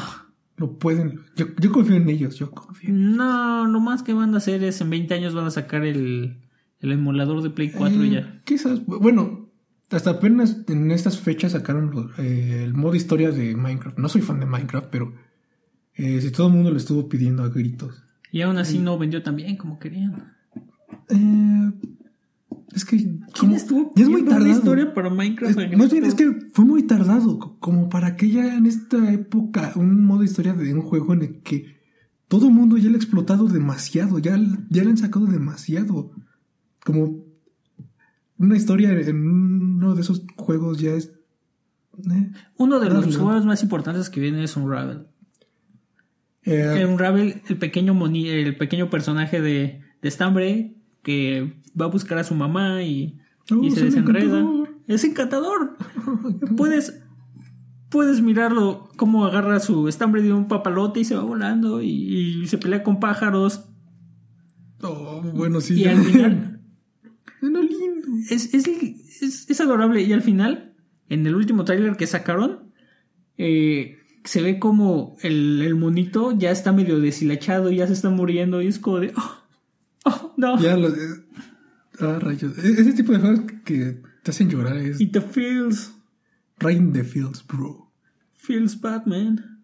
Speaker 1: Lo pueden. Yo, yo confío en ellos, yo confío.
Speaker 2: No, lo más que van a hacer es en 20 años van a sacar el, el emulador de Play 4 y
Speaker 1: Eh,
Speaker 2: ya.
Speaker 1: Quizás, bueno, hasta apenas en estas fechas sacaron lo- eh, el modo historia de Minecraft. No soy fan de Minecraft, pero eh, si todo el mundo lo estuvo pidiendo a gritos.
Speaker 2: Y aún así no vendió tan bien como querían.
Speaker 1: Eh, es que.
Speaker 2: ¿Quién
Speaker 1: como-
Speaker 2: estuvo
Speaker 1: ya es muy
Speaker 2: pidiendo una
Speaker 1: tardado.
Speaker 2: historia para Minecraft?
Speaker 1: Es- Eh, más bien es que fue muy tardado, co- como para que ya en esta época un modo historia de un juego en el que todo el mundo ya lo ha explotado demasiado, ya, l- ya le han sacado demasiado. Como una historia en uno de esos juegos ya es... eh,
Speaker 2: Uno de los
Speaker 1: Dale.
Speaker 2: juegos más importantes que viene es Unravel.
Speaker 1: eh,
Speaker 2: En Unravel, el pequeño moni- el pequeño personaje de, de Stambre que va a buscar a su mamá y,
Speaker 1: Oh,
Speaker 2: y se
Speaker 1: soy un
Speaker 2: desenreda.
Speaker 1: encantador.
Speaker 2: Es encantador. puedes, puedes mirarlo cómo agarra su estambre de un papalote y se va volando y, y se pelea con pájaros.
Speaker 1: oh, bueno, sí.
Speaker 2: Y
Speaker 1: ya.
Speaker 2: al
Speaker 1: *laughs*
Speaker 2: final
Speaker 1: Bueno, lindo.
Speaker 2: es, es, es- es adorable. Y al final, en el último tráiler que sacaron, eh, se ve como el, el monito ya está medio deshilachado, ya se está muriendo y es como de... "Oh, oh, no.
Speaker 1: Ya los... eh, ah, rayos. E- Ese tipo de juegos que te hacen llorar es...
Speaker 2: Y te feels,
Speaker 1: Rain the Fields, bro.
Speaker 2: feels bad, man.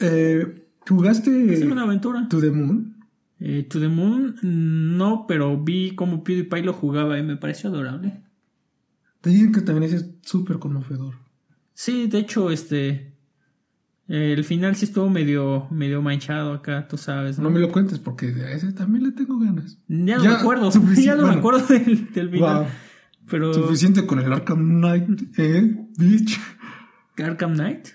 Speaker 1: Eh,
Speaker 2: Es
Speaker 1: ¿Jugaste
Speaker 2: una aventura.
Speaker 1: To the Moon?
Speaker 2: Eh, to the Moon, mm, no, pero vi cómo PewDiePie lo jugaba y me pareció adorable.
Speaker 1: Te dicen que también ese es súper conmovedor.
Speaker 2: Sí, de hecho, este. eh, el final sí estuvo medio, medio manchado acá, tú sabes.
Speaker 1: No me lo cuentes porque a ese también le tengo ganas.
Speaker 2: Ya no
Speaker 1: Ya,
Speaker 2: me
Speaker 1: *laughs*
Speaker 2: acuerdo.
Speaker 1: sufici-
Speaker 2: *laughs* Ya no me
Speaker 1: bueno.
Speaker 2: acuerdo del, del final.
Speaker 1: Wow,
Speaker 2: Pero.
Speaker 1: suficiente con el Arkham Knight, eh, bitch. *laughs*
Speaker 2: Arkham Knight.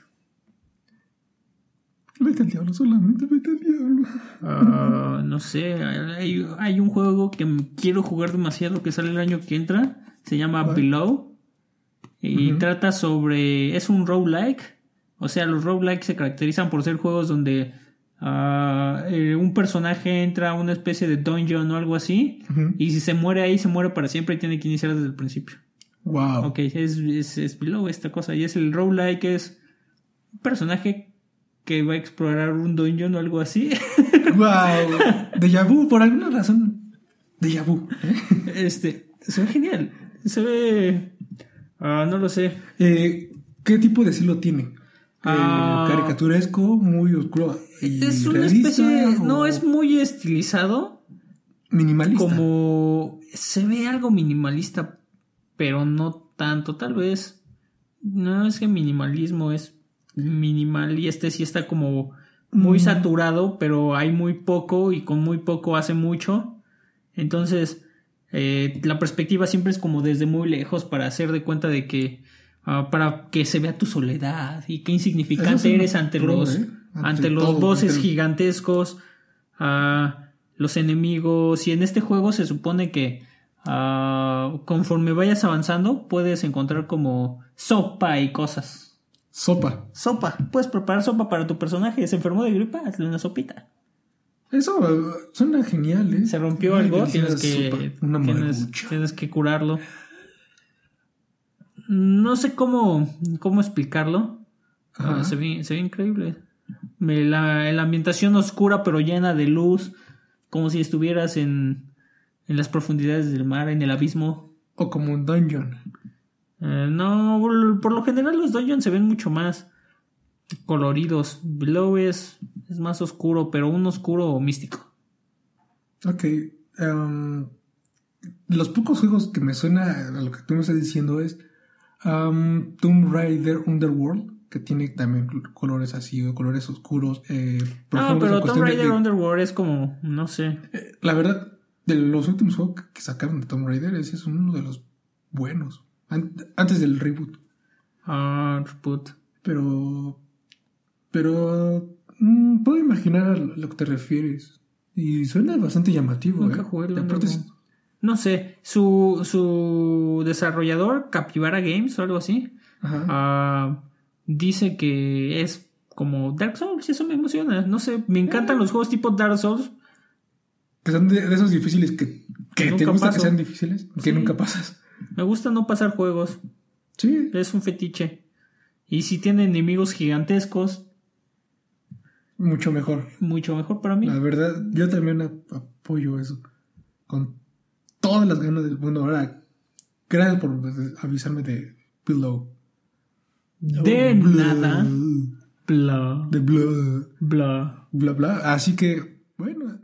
Speaker 1: Vete al diablo, solamente vete al diablo.
Speaker 2: ah, no sé. Hay, hay un juego que m- quiero jugar demasiado que sale el año que entra. Se llama
Speaker 1: ¿Cuál?
Speaker 2: Below. Y
Speaker 1: Ujú.
Speaker 2: trata sobre. Es un roguelike. O sea, los roguelike se caracterizan por ser juegos donde. ah, eh, un personaje entra a una especie de dungeon o algo así.
Speaker 1: Ujú.
Speaker 2: Y si se muere ahí, se muere para siempre y tiene que iniciar desde el principio.
Speaker 1: Wow. *laughs*
Speaker 2: Ok, es, es, es below esta cosa. Y es el roguelike, es un personaje que va a explorar un dungeon o algo así. *laughs*
Speaker 1: Wow. Deja vu, por alguna razón. Deja vu. ¿eh?
Speaker 2: este, se ve genial. Se ve... ah, no lo sé.
Speaker 1: Eh, ¿Qué tipo de estilo tiene? Eh,
Speaker 2: Ah.
Speaker 1: caricaturesco, muy oscuro. y
Speaker 2: Es una
Speaker 1: realista
Speaker 2: especie...
Speaker 1: o
Speaker 2: No, es muy estilizado.
Speaker 1: minimalista.
Speaker 2: Como... Se ve algo minimalista, pero no tanto, tal vez. No es que minimalismo es minimal y este sí está como muy
Speaker 1: Mm.
Speaker 2: saturado, pero hay muy poco y con muy poco hace mucho. Entonces, eh, la perspectiva siempre es como desde muy lejos para hacer de cuenta de que, ah, para que se vea tu soledad y qué
Speaker 1: Eso es
Speaker 2: insignificante
Speaker 1: una
Speaker 2: eres ante
Speaker 1: pro,
Speaker 2: los,
Speaker 1: ¿eh?
Speaker 2: ante,
Speaker 1: Ante
Speaker 2: los
Speaker 1: todo,
Speaker 2: bosses
Speaker 1: ante el-
Speaker 2: gigantescos, a los enemigos. Y en este juego se supone que ah, conforme vayas avanzando puedes encontrar como sopa y cosas.
Speaker 1: Sopa.
Speaker 2: Sopa. Puedes preparar sopa para tu personaje. Se enfermó de gripa, hazle una sopita.
Speaker 1: Eso eh, suena genial, ¿eh?
Speaker 2: Se rompió
Speaker 1: Ay,
Speaker 2: algo,
Speaker 1: felicidades,
Speaker 2: tienes que,
Speaker 1: súper- una
Speaker 2: tienes,
Speaker 1: marucha.
Speaker 2: tienes que curarlo. No sé cómo, cómo explicarlo.
Speaker 1: Ajá.
Speaker 2: Ah, se, ve, se ve increíble. Me- La, la ambientación oscura pero llena de luz, como si estuvieras en, en las profundidades del mar, en el abismo.
Speaker 1: O como un dungeon.
Speaker 2: Eh, no, por, por lo general los dungeons se ven mucho más coloridos. Below es, es más oscuro, pero un oscuro místico.
Speaker 1: Ok. em, los pocos juegos que me suena a lo que tú me estás diciendo es em, Tomb Raider Underworld, que tiene también colores así, o colores oscuros. Eh,
Speaker 2: No,
Speaker 1: profundos en
Speaker 2: pero Tomb
Speaker 1: cuestión de-
Speaker 2: Raider
Speaker 1: de-
Speaker 2: Underworld es como, no sé.
Speaker 1: eh, la verdad, de los últimos juegos que- que sacaron de Tomb Raider, ese es uno de los buenos. An- antes del reboot.
Speaker 2: Ah, put.
Speaker 1: Pero. Pero. mm, puedo imaginar a lo que te refieres. Y suena bastante llamativo.
Speaker 2: Nunca
Speaker 1: eh.
Speaker 2: jugué el
Speaker 1: Y aparte es-
Speaker 2: Underworld. No sé, su, su desarrollador, Capybara Games o algo así,
Speaker 1: Ajá.
Speaker 2: ah, dice que es como Dark Souls y eso me emociona. No sé, me encantan los juegos tipo Dark Souls.
Speaker 1: Que son de, de esos difíciles que, que te
Speaker 2: Nunca
Speaker 1: gusta que
Speaker 2: paso.
Speaker 1: sean difíciles, que
Speaker 2: Sí.
Speaker 1: nunca pasas.
Speaker 2: Me gusta no pasar juegos,
Speaker 1: Sí.
Speaker 2: es un fetiche. Y si tiene enemigos gigantescos,
Speaker 1: Mucho mejor.
Speaker 2: mucho mejor para mí.
Speaker 1: La verdad, yo también ap- apoyo eso. Con todas las ganas del mundo. Ahora, gracias por pues, avisarme de Pillow. Mm.
Speaker 2: De nada. Bla,
Speaker 1: De bla,
Speaker 2: bla.
Speaker 1: bla, bla. Así que, bueno.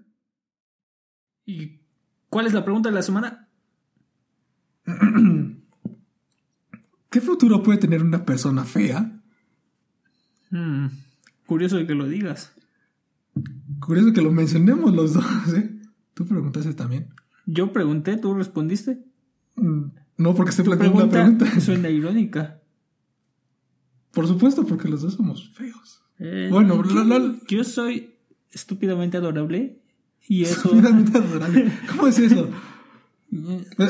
Speaker 2: ¿Y cuál es la pregunta de la semana?
Speaker 1: ¿Qué futuro puede tener una persona fea?
Speaker 2: Hmm, curioso de que lo digas.
Speaker 1: Curioso que lo mencionemos los *laughs* dos, ¿eh? Tú preguntaste también.
Speaker 2: Yo pregunté, tú respondiste.
Speaker 1: Mm, No, porque se
Speaker 2: Tu
Speaker 1: planteó una
Speaker 2: pregunta,
Speaker 1: pregunta. *laughs*
Speaker 2: *laughs* suena irónica.
Speaker 1: Por supuesto, porque los dos somos feos.
Speaker 2: Eh,
Speaker 1: Bueno,
Speaker 2: yo-
Speaker 1: lo- lo-
Speaker 2: yo soy estúpidamente adorable
Speaker 1: *laughs*
Speaker 2: y eso.
Speaker 1: Estúpidamente adorable. ¿Cómo es
Speaker 2: *laughs*
Speaker 1: eso?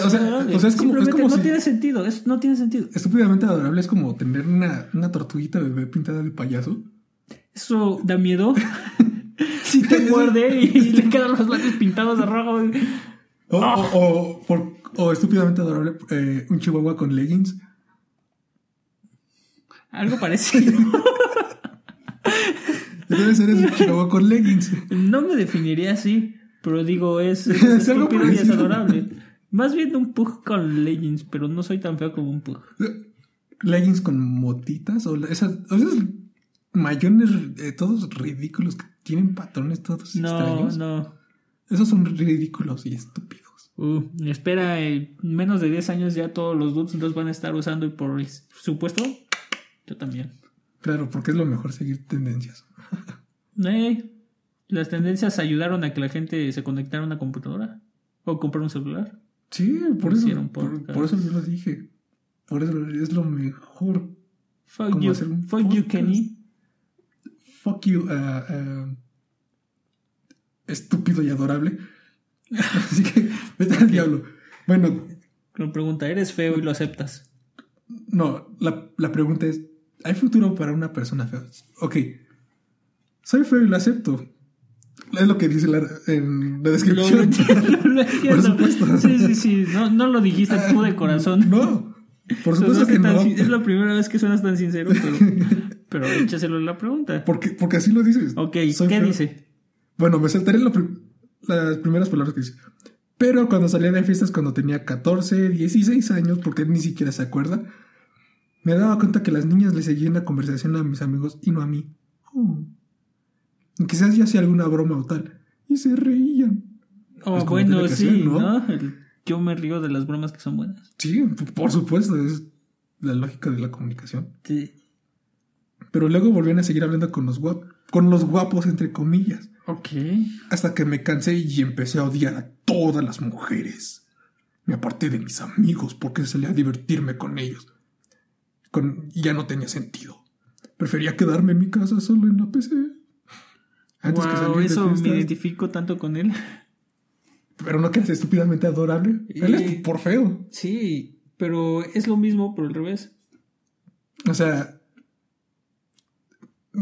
Speaker 1: O sea,
Speaker 2: Adorable.
Speaker 1: o sea, es como, es
Speaker 2: Simplemente
Speaker 1: como
Speaker 2: no
Speaker 1: si-
Speaker 2: tiene sentido, es- no tiene sentido.
Speaker 1: Estúpidamente adorable es como tener una, una tortuguita bebé pintada de payaso.
Speaker 2: Eso
Speaker 1: *laughs*
Speaker 2: da miedo. si *laughs* te muerde y, y le quedan los labios pintados de rojo.
Speaker 1: O,
Speaker 2: Ah.
Speaker 1: o- o por- o estúpidamente adorable eh, un chihuahua con leggings.
Speaker 2: Algo
Speaker 1: *laughs*
Speaker 2: parecido.
Speaker 1: Debe ser eso, un chihuahua con leggings.
Speaker 2: No me definiría así, pero digo, es,
Speaker 1: *laughs*
Speaker 2: es
Speaker 1: Es algo
Speaker 2: estúpido y es
Speaker 1: parecido.
Speaker 2: adorable. Más bien un pug con legends, pero no soy tan feo como un pug.
Speaker 1: Leggings con motitas. O la- esas, o esos mayones eh, todos ridículos que tienen patrones todos
Speaker 2: No,
Speaker 1: extraños.
Speaker 2: no.
Speaker 1: Esos son ridículos y estúpidos.
Speaker 2: Uh, espera, en menos de 10 años ya todos los dudes los van a estar usando y por supuesto, yo también.
Speaker 1: Claro, porque es lo mejor seguir tendencias.
Speaker 2: Eh, las tendencias ayudaron a que la gente se conectara a una computadora o comprar un celular.
Speaker 1: Sí, por eso,
Speaker 2: Hicieron
Speaker 1: por,
Speaker 2: podcast.
Speaker 1: por eso yo lo dije. Por eso es lo mejor.
Speaker 2: Fuck
Speaker 1: Como
Speaker 2: you,
Speaker 1: hacer un
Speaker 2: fuck you,
Speaker 1: podcast.
Speaker 2: Kenny.
Speaker 1: Fuck you, ah, ah, estúpido y adorable. *laughs* Así que vete al diablo. Bueno,
Speaker 2: Lo pregunta, ¿eres feo y
Speaker 1: *laughs*
Speaker 2: lo aceptas?
Speaker 1: no, la, la pregunta es, ¿hay futuro para una persona fea? Ok, soy feo y lo acepto. Es lo que dice la, en la
Speaker 2: Lo, lo
Speaker 1: descripción. *laughs*
Speaker 2: entiendo, lo entiendo.
Speaker 1: supuesto.
Speaker 2: Sí, sí, sí. No, no lo dijiste tú de corazón.
Speaker 1: No, por supuesto
Speaker 2: Sonaste
Speaker 1: que
Speaker 2: tan
Speaker 1: no.
Speaker 2: sin- Es la primera vez que suenas tan sincero,
Speaker 1: *laughs*
Speaker 2: pero, pero échaselo en la pregunta.
Speaker 1: Porque, porque así lo dices.
Speaker 2: Ok,
Speaker 1: Soy
Speaker 2: ¿qué
Speaker 1: feo.
Speaker 2: dice?
Speaker 1: Bueno, me saltaré lo prim- las primeras palabras que dice. Pero cuando salía de fiestas cuando tenía 14, 16 años, porque él ni siquiera se acuerda, me daba cuenta que las niñas le seguían la conversación a mis amigos y no a mí. Oh. Y quizás yo hacía alguna broma o tal. Y se reían.
Speaker 2: Oh,
Speaker 1: Pues como
Speaker 2: bueno,
Speaker 1: tiene que
Speaker 2: sí,
Speaker 1: ser, ¿no?
Speaker 2: ¿no? El- yo me río de las bromas que son buenas.
Speaker 1: Sí, p- por supuesto, es la lógica de la comunicación.
Speaker 2: Sí.
Speaker 1: Pero luego volvían a seguir hablando con los guapos, con los guapos entre comillas,
Speaker 2: Ok.
Speaker 1: hasta que me cansé y empecé a odiar a todas las mujeres. Me aparté de mis amigos porque salía a divertirme con ellos. Con... y Ya no tenía sentido. Prefería quedarme en mi casa solo en la PC. Antes que
Speaker 2: wow,
Speaker 1: salir de
Speaker 2: eso me
Speaker 1: fiestas.
Speaker 2: identifico tanto con él.
Speaker 1: Pero no que eres estúpidamente adorable. Él
Speaker 2: Y-
Speaker 1: es por feo.
Speaker 2: *laughs* Sí, pero es lo mismo, pero al revés.
Speaker 1: O sea,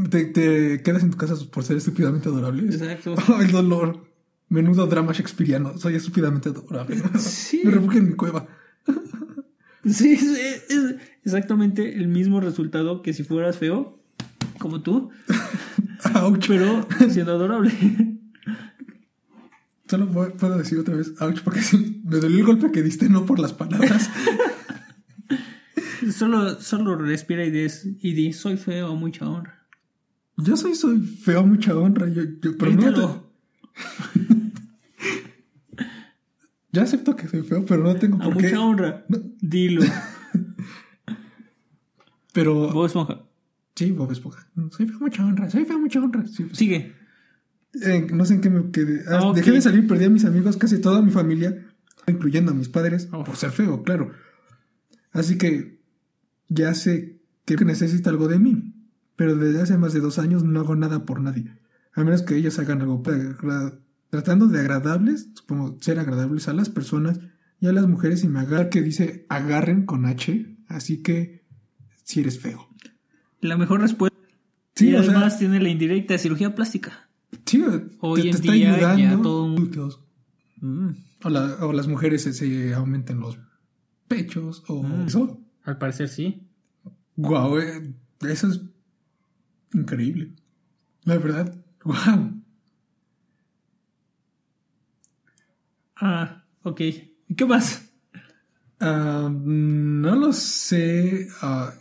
Speaker 1: Te, te quedas en tu casa por ser estúpidamente adorable.
Speaker 2: *laughs* Exacto.
Speaker 1: *laughs* Ay, dolor. Menudo drama shakespeariano. Soy estúpidamente adorable.
Speaker 2: *laughs* Sí.
Speaker 1: Me refugio en mi cueva. *laughs*
Speaker 2: Sí, es, es- es exactamente el mismo resultado que si fueras feo, como tú,
Speaker 1: Ouch.
Speaker 2: *laughs* pero siendo adorable.
Speaker 1: Solo voy- puedo decir otra vez ouch porque sí, me dolió el golpe que diste, no por las
Speaker 2: *laughs*
Speaker 1: palabras.
Speaker 2: Solo, solo respira y, des, y di, soy feo, mucha honra.
Speaker 1: Yo soy, soy feo, mucha honra. Yo, yo- pero no
Speaker 2: Grítalo.
Speaker 1: te- *laughs* Yo acepto que soy feo, pero no tengo
Speaker 2: A
Speaker 1: por qué.
Speaker 2: mucha honra.
Speaker 1: No.
Speaker 2: *laughs* Dilo.
Speaker 1: Pero
Speaker 2: Bob Esponja.
Speaker 1: sí, Bob Esponja. Soy feo, mucha honra. Soy feo, mucha honra. Sí, sí.
Speaker 2: Sigue.
Speaker 1: Eh, no sé en qué me quedé. Ah,
Speaker 2: Ah, ok.
Speaker 1: Dejé de salir, perdí a mis amigos, casi toda mi familia, incluyendo a mis padres,
Speaker 2: Oh.
Speaker 1: por ser feo, claro. Así que ya sé que necesita algo de mí, pero desde hace más de dos años no hago nada por nadie, a menos que ellos hagan algo. para agra- Tratando de agradables, supongo ser agradables a las personas y a las mujeres, y me agarra que dice agarren con H, así que si eres feo.
Speaker 2: La mejor respuesta.
Speaker 1: Sí,
Speaker 2: y
Speaker 1: o sea-
Speaker 2: además tiene la indirecta cirugía plástica.
Speaker 1: Sí,
Speaker 2: Hoy
Speaker 1: te,
Speaker 2: en
Speaker 1: te está
Speaker 2: día ya
Speaker 1: ayudando.
Speaker 2: todo mundo-
Speaker 1: glúteos.
Speaker 2: Mm,
Speaker 1: O, la- o las mujeres se, se aumentan los pechos o
Speaker 2: Mm.
Speaker 1: eso.
Speaker 2: al parecer sí.
Speaker 1: Guau, eh, eso es increíble. La verdad, *laughs* guau.
Speaker 2: Ah, ok. ¿Qué más?
Speaker 1: Ah, no lo sé. Ah,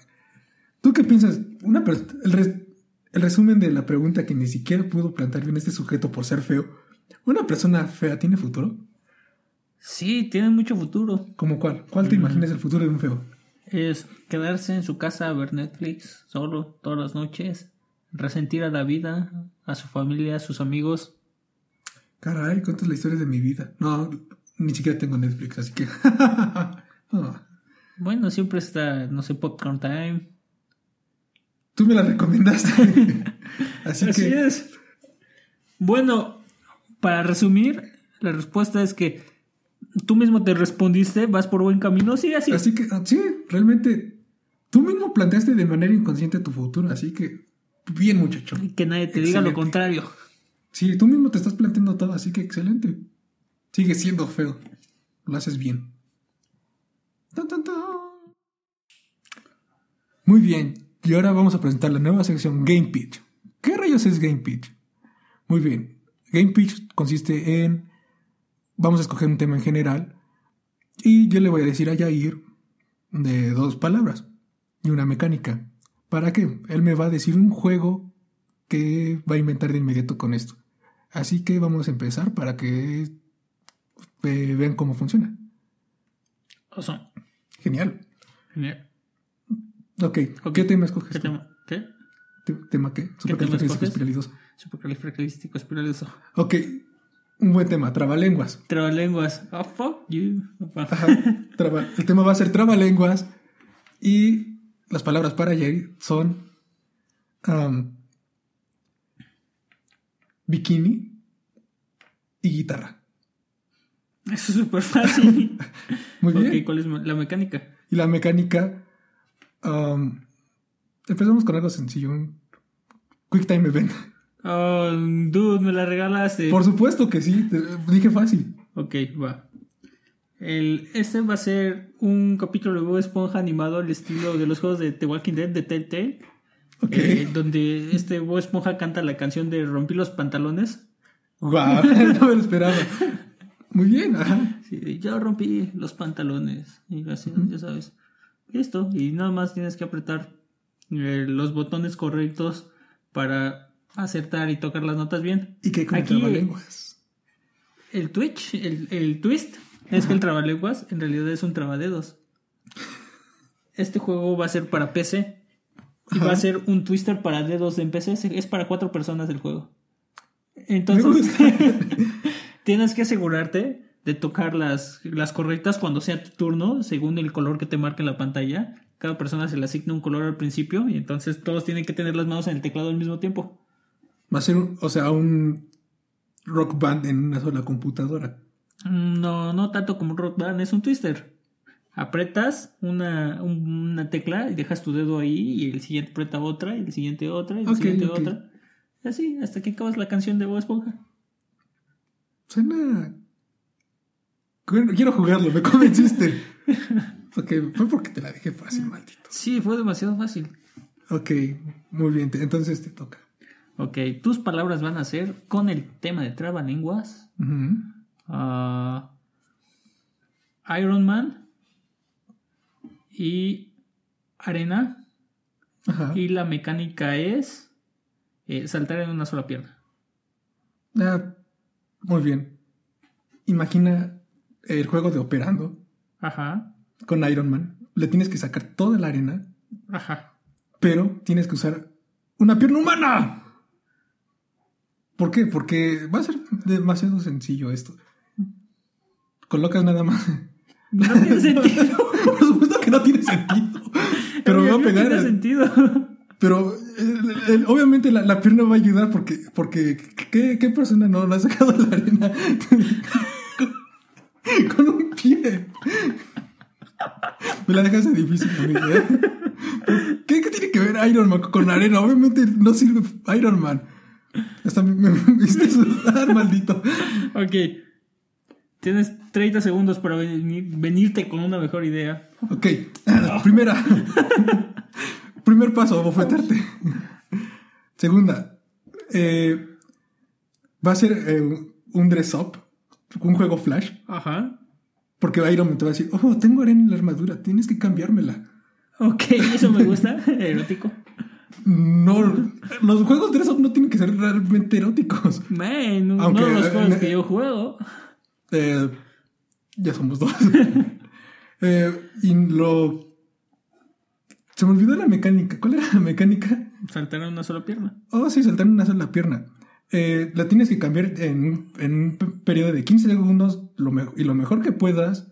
Speaker 1: ¿Tú qué piensas? Una pers- el, res- el resumen de la pregunta que ni siquiera pudo plantear bien este sujeto por ser feo. ¿Una persona fea tiene futuro?
Speaker 2: Sí, tiene mucho futuro.
Speaker 1: ¿Como cuál? ¿Cuál te
Speaker 2: Mm.
Speaker 1: imaginas el futuro de un feo?
Speaker 2: Es quedarse en su casa a ver Netflix solo todas las noches, resentir a la vida, a su familia, a sus amigos.
Speaker 1: Caray, cuántas la historia de mi vida. No, ni siquiera tengo Netflix, así que. *laughs* Ah.
Speaker 2: Bueno, siempre está, no sé, Popcorn Time.
Speaker 1: Tú me la
Speaker 2: *laughs*
Speaker 1: recomendaste. Así
Speaker 2: Así
Speaker 1: que
Speaker 2: es. Bueno, para resumir, la respuesta es que tú mismo te respondiste, vas por buen camino, sigue así.
Speaker 1: así que ah, sí, realmente tú mismo planteaste de manera inconsciente tu futuro, así que bien muchacho.
Speaker 2: Que nadie te diga lo
Speaker 1: Excelente.
Speaker 2: contrario.
Speaker 1: Sí, tú mismo te estás planteando todo, así que excelente. Sigue siendo feo. Lo haces bien. Tan, tan, tan. Muy bien. Y ahora vamos a presentar la nueva sección Game Pitch. ¿Qué rayos es Game Pitch? Muy bien. Game Pitch consiste en. Vamos a escoger un tema en general. Y yo le voy a decir a Yair de dos palabras y una mecánica. ¿Para qué? Él me va a decir un juego que va a inventar de inmediato con esto. Así que vamos a empezar para que eh, vean cómo funciona.
Speaker 2: O sea,
Speaker 1: Genial.
Speaker 2: genial.
Speaker 1: Ok,
Speaker 2: Ok.
Speaker 1: ¿qué tema escoges?
Speaker 2: ¿Qué
Speaker 1: tú?
Speaker 2: tema? ¿Qué?
Speaker 1: Te- ¿Tema qué? Supercalifragilisticoespiralidoso.
Speaker 2: Supercalifragilístico, espiralidoso.
Speaker 1: Ok, un buen tema, trabalenguas.
Speaker 2: Trabalenguas. Oh, fuck you.
Speaker 1: Ajá, traba- El tema va a ser trabalenguas y las palabras para Jerry son am, bikini y guitarra.
Speaker 2: *laughs* Eso es
Speaker 1: *laughs*
Speaker 2: súper fácil.
Speaker 1: Muy bien.
Speaker 2: Ok, ¿cuál es la mecánica?
Speaker 1: Y la mecánica. am, empezamos con algo sencillo: un Quick Time Event.
Speaker 2: Ah, dude, me la regalaste.
Speaker 1: Por supuesto que sí, te- dije fácil.
Speaker 2: Ok, va. El, este va a ser un capítulo de Bob Esponja animado al estilo de los juegos de The Walking Dead de Telltale.
Speaker 1: Ok.
Speaker 2: eh, donde este Bob Esponja canta la canción de Rompí los pantalones.
Speaker 1: Guau, *laughs* no me lo esperaba. Muy bien, ajá.
Speaker 2: Sí, yo rompí los pantalones. Y así, ya sabes. Listo. Y nada más tienes que apretar eh, los botones correctos para acertar y tocar las notas bien.
Speaker 1: Y que con el
Speaker 2: Aquí,
Speaker 1: trabalenguas.
Speaker 2: El Twitch, el, el twist, es que el trabalenguas en realidad es un trabadedos. Este juego va a ser para PC. Y va
Speaker 1: Ajá.
Speaker 2: a ser un twister para dedos en PC. Es- Es para cuatro personas el juego.
Speaker 1: Me
Speaker 2: Entonces,
Speaker 1: gusta.
Speaker 2: *laughs* tienes que asegurarte de tocar las, las correctas cuando sea tu turno, según el color que te marque en la pantalla. Cada persona se le asigna un color al principio y entonces todos tienen que tener las manos en el teclado al mismo tiempo.
Speaker 1: Va a ser, un- o sea, un rock band en una sola computadora.
Speaker 2: Mm, No, no tanto como un rock band, es un twister. apretas una, un- una tecla y dejas tu dedo ahí y el siguiente aprieta otra y el siguiente otra y el
Speaker 1: Ok,
Speaker 2: siguiente
Speaker 1: ok.
Speaker 2: otra. Y así, hasta que acabas la canción de Bob Esponja.
Speaker 1: Suena. Quiero quiero jugarlo, me convenciste. ok, fue porque te la dejé fácil, maldito.
Speaker 2: Sí, fue demasiado fácil.
Speaker 1: Ok, muy bien, te- entonces te toca.
Speaker 2: Ok, tus palabras van a ser con el tema de trabalenguas.
Speaker 1: Ujú.
Speaker 2: ah, Iron Man y arena.
Speaker 1: Ajá.
Speaker 2: Y la mecánica es eh, saltar en una sola pierna.
Speaker 1: Ah, muy bien. Imagina el juego de operando
Speaker 2: Ajá,
Speaker 1: con Iron Man. Le tienes que sacar toda la arena,
Speaker 2: ajá.
Speaker 1: pero tienes que usar una pierna humana. ¿Por qué? Porque va a ser demasiado sencillo esto. Colocas nada más. *laughs*
Speaker 2: No tiene *laughs* sentido.
Speaker 1: Por supuesto que no tiene sentido. Pero me va a
Speaker 2: No
Speaker 1: pegar.
Speaker 2: tiene sentido.
Speaker 1: Pero el- el- el- obviamente la, la pierna va a ayudar porque, porque ¿qué, qué persona no la ha sacado la arena *laughs* con, con un pie? Me la dejas difícil, amigo, ¿eh? ¿Qué, ¿Qué tiene que ver Iron Man con la arena? Obviamente no sirve Iron Man. Hasta me, me- me hiciste sudar, maldito.
Speaker 2: Ok. Tienes 30 segundos para venir- venirte con una mejor idea.
Speaker 1: Ok, *laughs* primera. *laughs* Primer paso, bofetarte. Segunda, eh, va a ser eh, un dress up, un juego flash,
Speaker 2: Ajá.
Speaker 1: porque Iron Man te va a decir, oh, tengo arena en la armadura, tienes que cambiármela.
Speaker 2: Ok, eso me gusta. *laughs* Erótico.
Speaker 1: No, los juegos dress up no tienen que ser realmente eróticos.
Speaker 2: Man, no-
Speaker 1: Aunque,
Speaker 2: no de los
Speaker 1: eh,
Speaker 2: juegos
Speaker 1: eh,
Speaker 2: que yo juego.
Speaker 1: Eh, ya somos dos. *laughs* Eh, y lo... Se me olvidó la mecánica. ¿Cuál era la mecánica?
Speaker 2: Saltar en una sola pierna.
Speaker 1: Oh, sí, saltar una sola pierna. Eh, la tienes que cambiar en, en un pe- periodo de 15 segundos lo me- y lo mejor que puedas.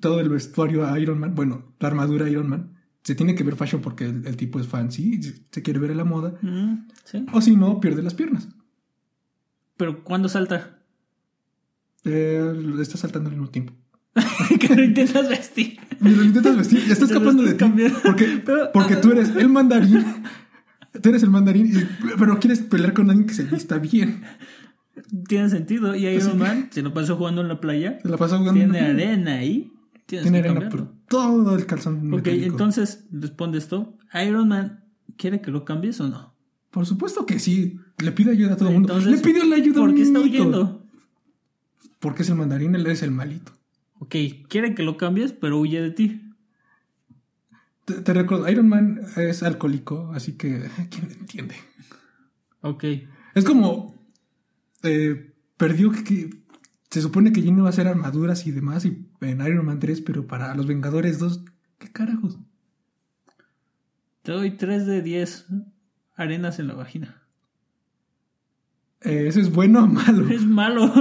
Speaker 1: Todo el vestuario a Iron Man, bueno, la armadura a Iron Man, se tiene que ver fashion porque el, el tipo es fancy, y se- se quiere ver a la moda.
Speaker 2: Mm, sí.
Speaker 1: O si no, pierde las piernas.
Speaker 2: Pero ¿cuándo *laughs* salta?
Speaker 1: Eh, le está saltando al mismo tiempo.
Speaker 2: que lo intentas vestir.
Speaker 1: Mira, lo intentas vestir y está
Speaker 2: Te lo
Speaker 1: escapando de
Speaker 2: estás
Speaker 1: ti.
Speaker 2: cambiando.
Speaker 1: Porque,
Speaker 2: *laughs* Pero- ah,
Speaker 1: porque tú eres el mandarín. Tú eres el mandarín, y- pero quieres pelear con alguien que se vista bien.
Speaker 2: Tiene sentido. Y
Speaker 1: Así que-
Speaker 2: Iron Man se lo pasó jugando en la playa.
Speaker 1: Se la pasa jugando.
Speaker 2: Tiene arena ahí. Tienes
Speaker 1: Tiene
Speaker 2: que
Speaker 1: arena
Speaker 2: cambiarlo.
Speaker 1: por todo el calzón.
Speaker 2: Ok,
Speaker 1: metálico.
Speaker 2: entonces responde esto. Iron Man, ¿quiere que lo cambies o no?
Speaker 1: Por supuesto que sí. Le pide ayuda a todo el mundo.
Speaker 2: Entonces,
Speaker 1: Le pidió la ayuda a
Speaker 2: ¿Por
Speaker 1: un
Speaker 2: qué está
Speaker 1: niñito.
Speaker 2: huyendo?
Speaker 1: Porque es el mandarín, él es el malito.
Speaker 2: Ok, quiere que lo cambies, pero huye de ti.
Speaker 1: Te, te recuerdo, Iron Man es alcohólico, así que *laughs* ¿quién le entiende?
Speaker 2: Ok,
Speaker 1: Es como. eh, perdió que, que- Se supone que Jimmy va a hacer armaduras y demás y en Iron Man 3, pero para los Vengadores 2, ¿qué carajos?
Speaker 2: te doy 3 de 10 arenas en la *laughs* vagina.
Speaker 1: Eh, ¿Eso es bueno o malo?
Speaker 2: *laughs* Es malo.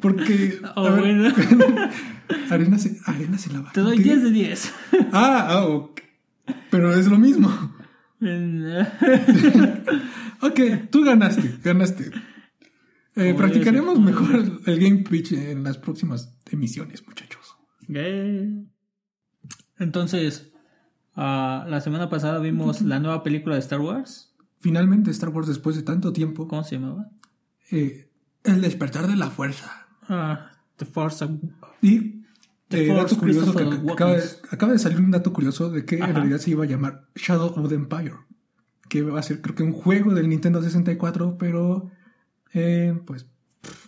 Speaker 1: Porque.
Speaker 2: O
Speaker 1: a *laughs* ver,
Speaker 2: Ah, bueno,
Speaker 1: arenas, en- arenas en la
Speaker 2: te
Speaker 1: vagina.
Speaker 2: doy
Speaker 1: ¿qué?
Speaker 2: 10 de 10.
Speaker 1: Ah, ah, ok. Pero es lo mismo. *laughs* Ok, tú ganaste, ganaste. Eh,
Speaker 2: Oye,
Speaker 1: practicaremos
Speaker 2: sí.
Speaker 1: mejor el- el game pitch en las próximas emisiones, muchachos.
Speaker 2: *laughs* Gay. Entonces, ah, la semana pasada vimos la nueva película de Star Wars.
Speaker 1: Finalmente, Star Wars, después de tanto tiempo,
Speaker 2: ¿Cómo se llamaba?
Speaker 1: eh, el despertar de la fuerza.
Speaker 2: Ah, The Force. Awak-
Speaker 1: Y
Speaker 2: The
Speaker 1: eh,
Speaker 2: Force,
Speaker 1: dato curioso que
Speaker 2: Christopher
Speaker 1: ac- acaba de,
Speaker 2: Walken.
Speaker 1: acaba de salir un dato curioso de que
Speaker 2: Ajá.
Speaker 1: en realidad se iba a llamar Shadow of the Empire, que va a ser, creo que, un juego del Nintendo 64, pero eh, pues pff,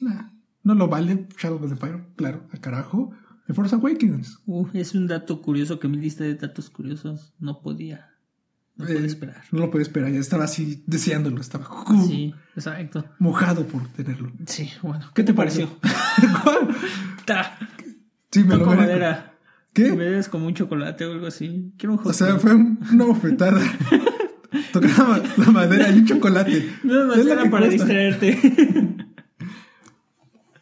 Speaker 1: nah, no lo vale. Shadow of the Empire, claro, al carajo. The Force Awakens.
Speaker 2: Uh, es un dato curioso que mi lista de datos curiosos no podía. No podía
Speaker 1: Eh,
Speaker 2: esperar.
Speaker 1: No lo podía esperar, ya estaba así deseándolo, estaba
Speaker 2: Sí, exacto.
Speaker 1: mojado por tenerlo.
Speaker 2: Sí, bueno.
Speaker 1: ¿Qué te pareció? *laughs* ¿Cuál?
Speaker 2: Ta,
Speaker 1: sí, me lo
Speaker 2: toco
Speaker 1: merezco.
Speaker 2: madera. Me
Speaker 1: ¿Qué?
Speaker 2: des como un chocolate o algo así. Quiero un hot
Speaker 1: O sea,
Speaker 2: dog.
Speaker 1: fue un- una
Speaker 2: *laughs*
Speaker 1: bofetada. Tocar la, ma- la madera y un chocolate.
Speaker 2: Nada más
Speaker 1: Es la
Speaker 2: era
Speaker 1: que
Speaker 2: para
Speaker 1: cuesta. *laughs*
Speaker 2: distraerte.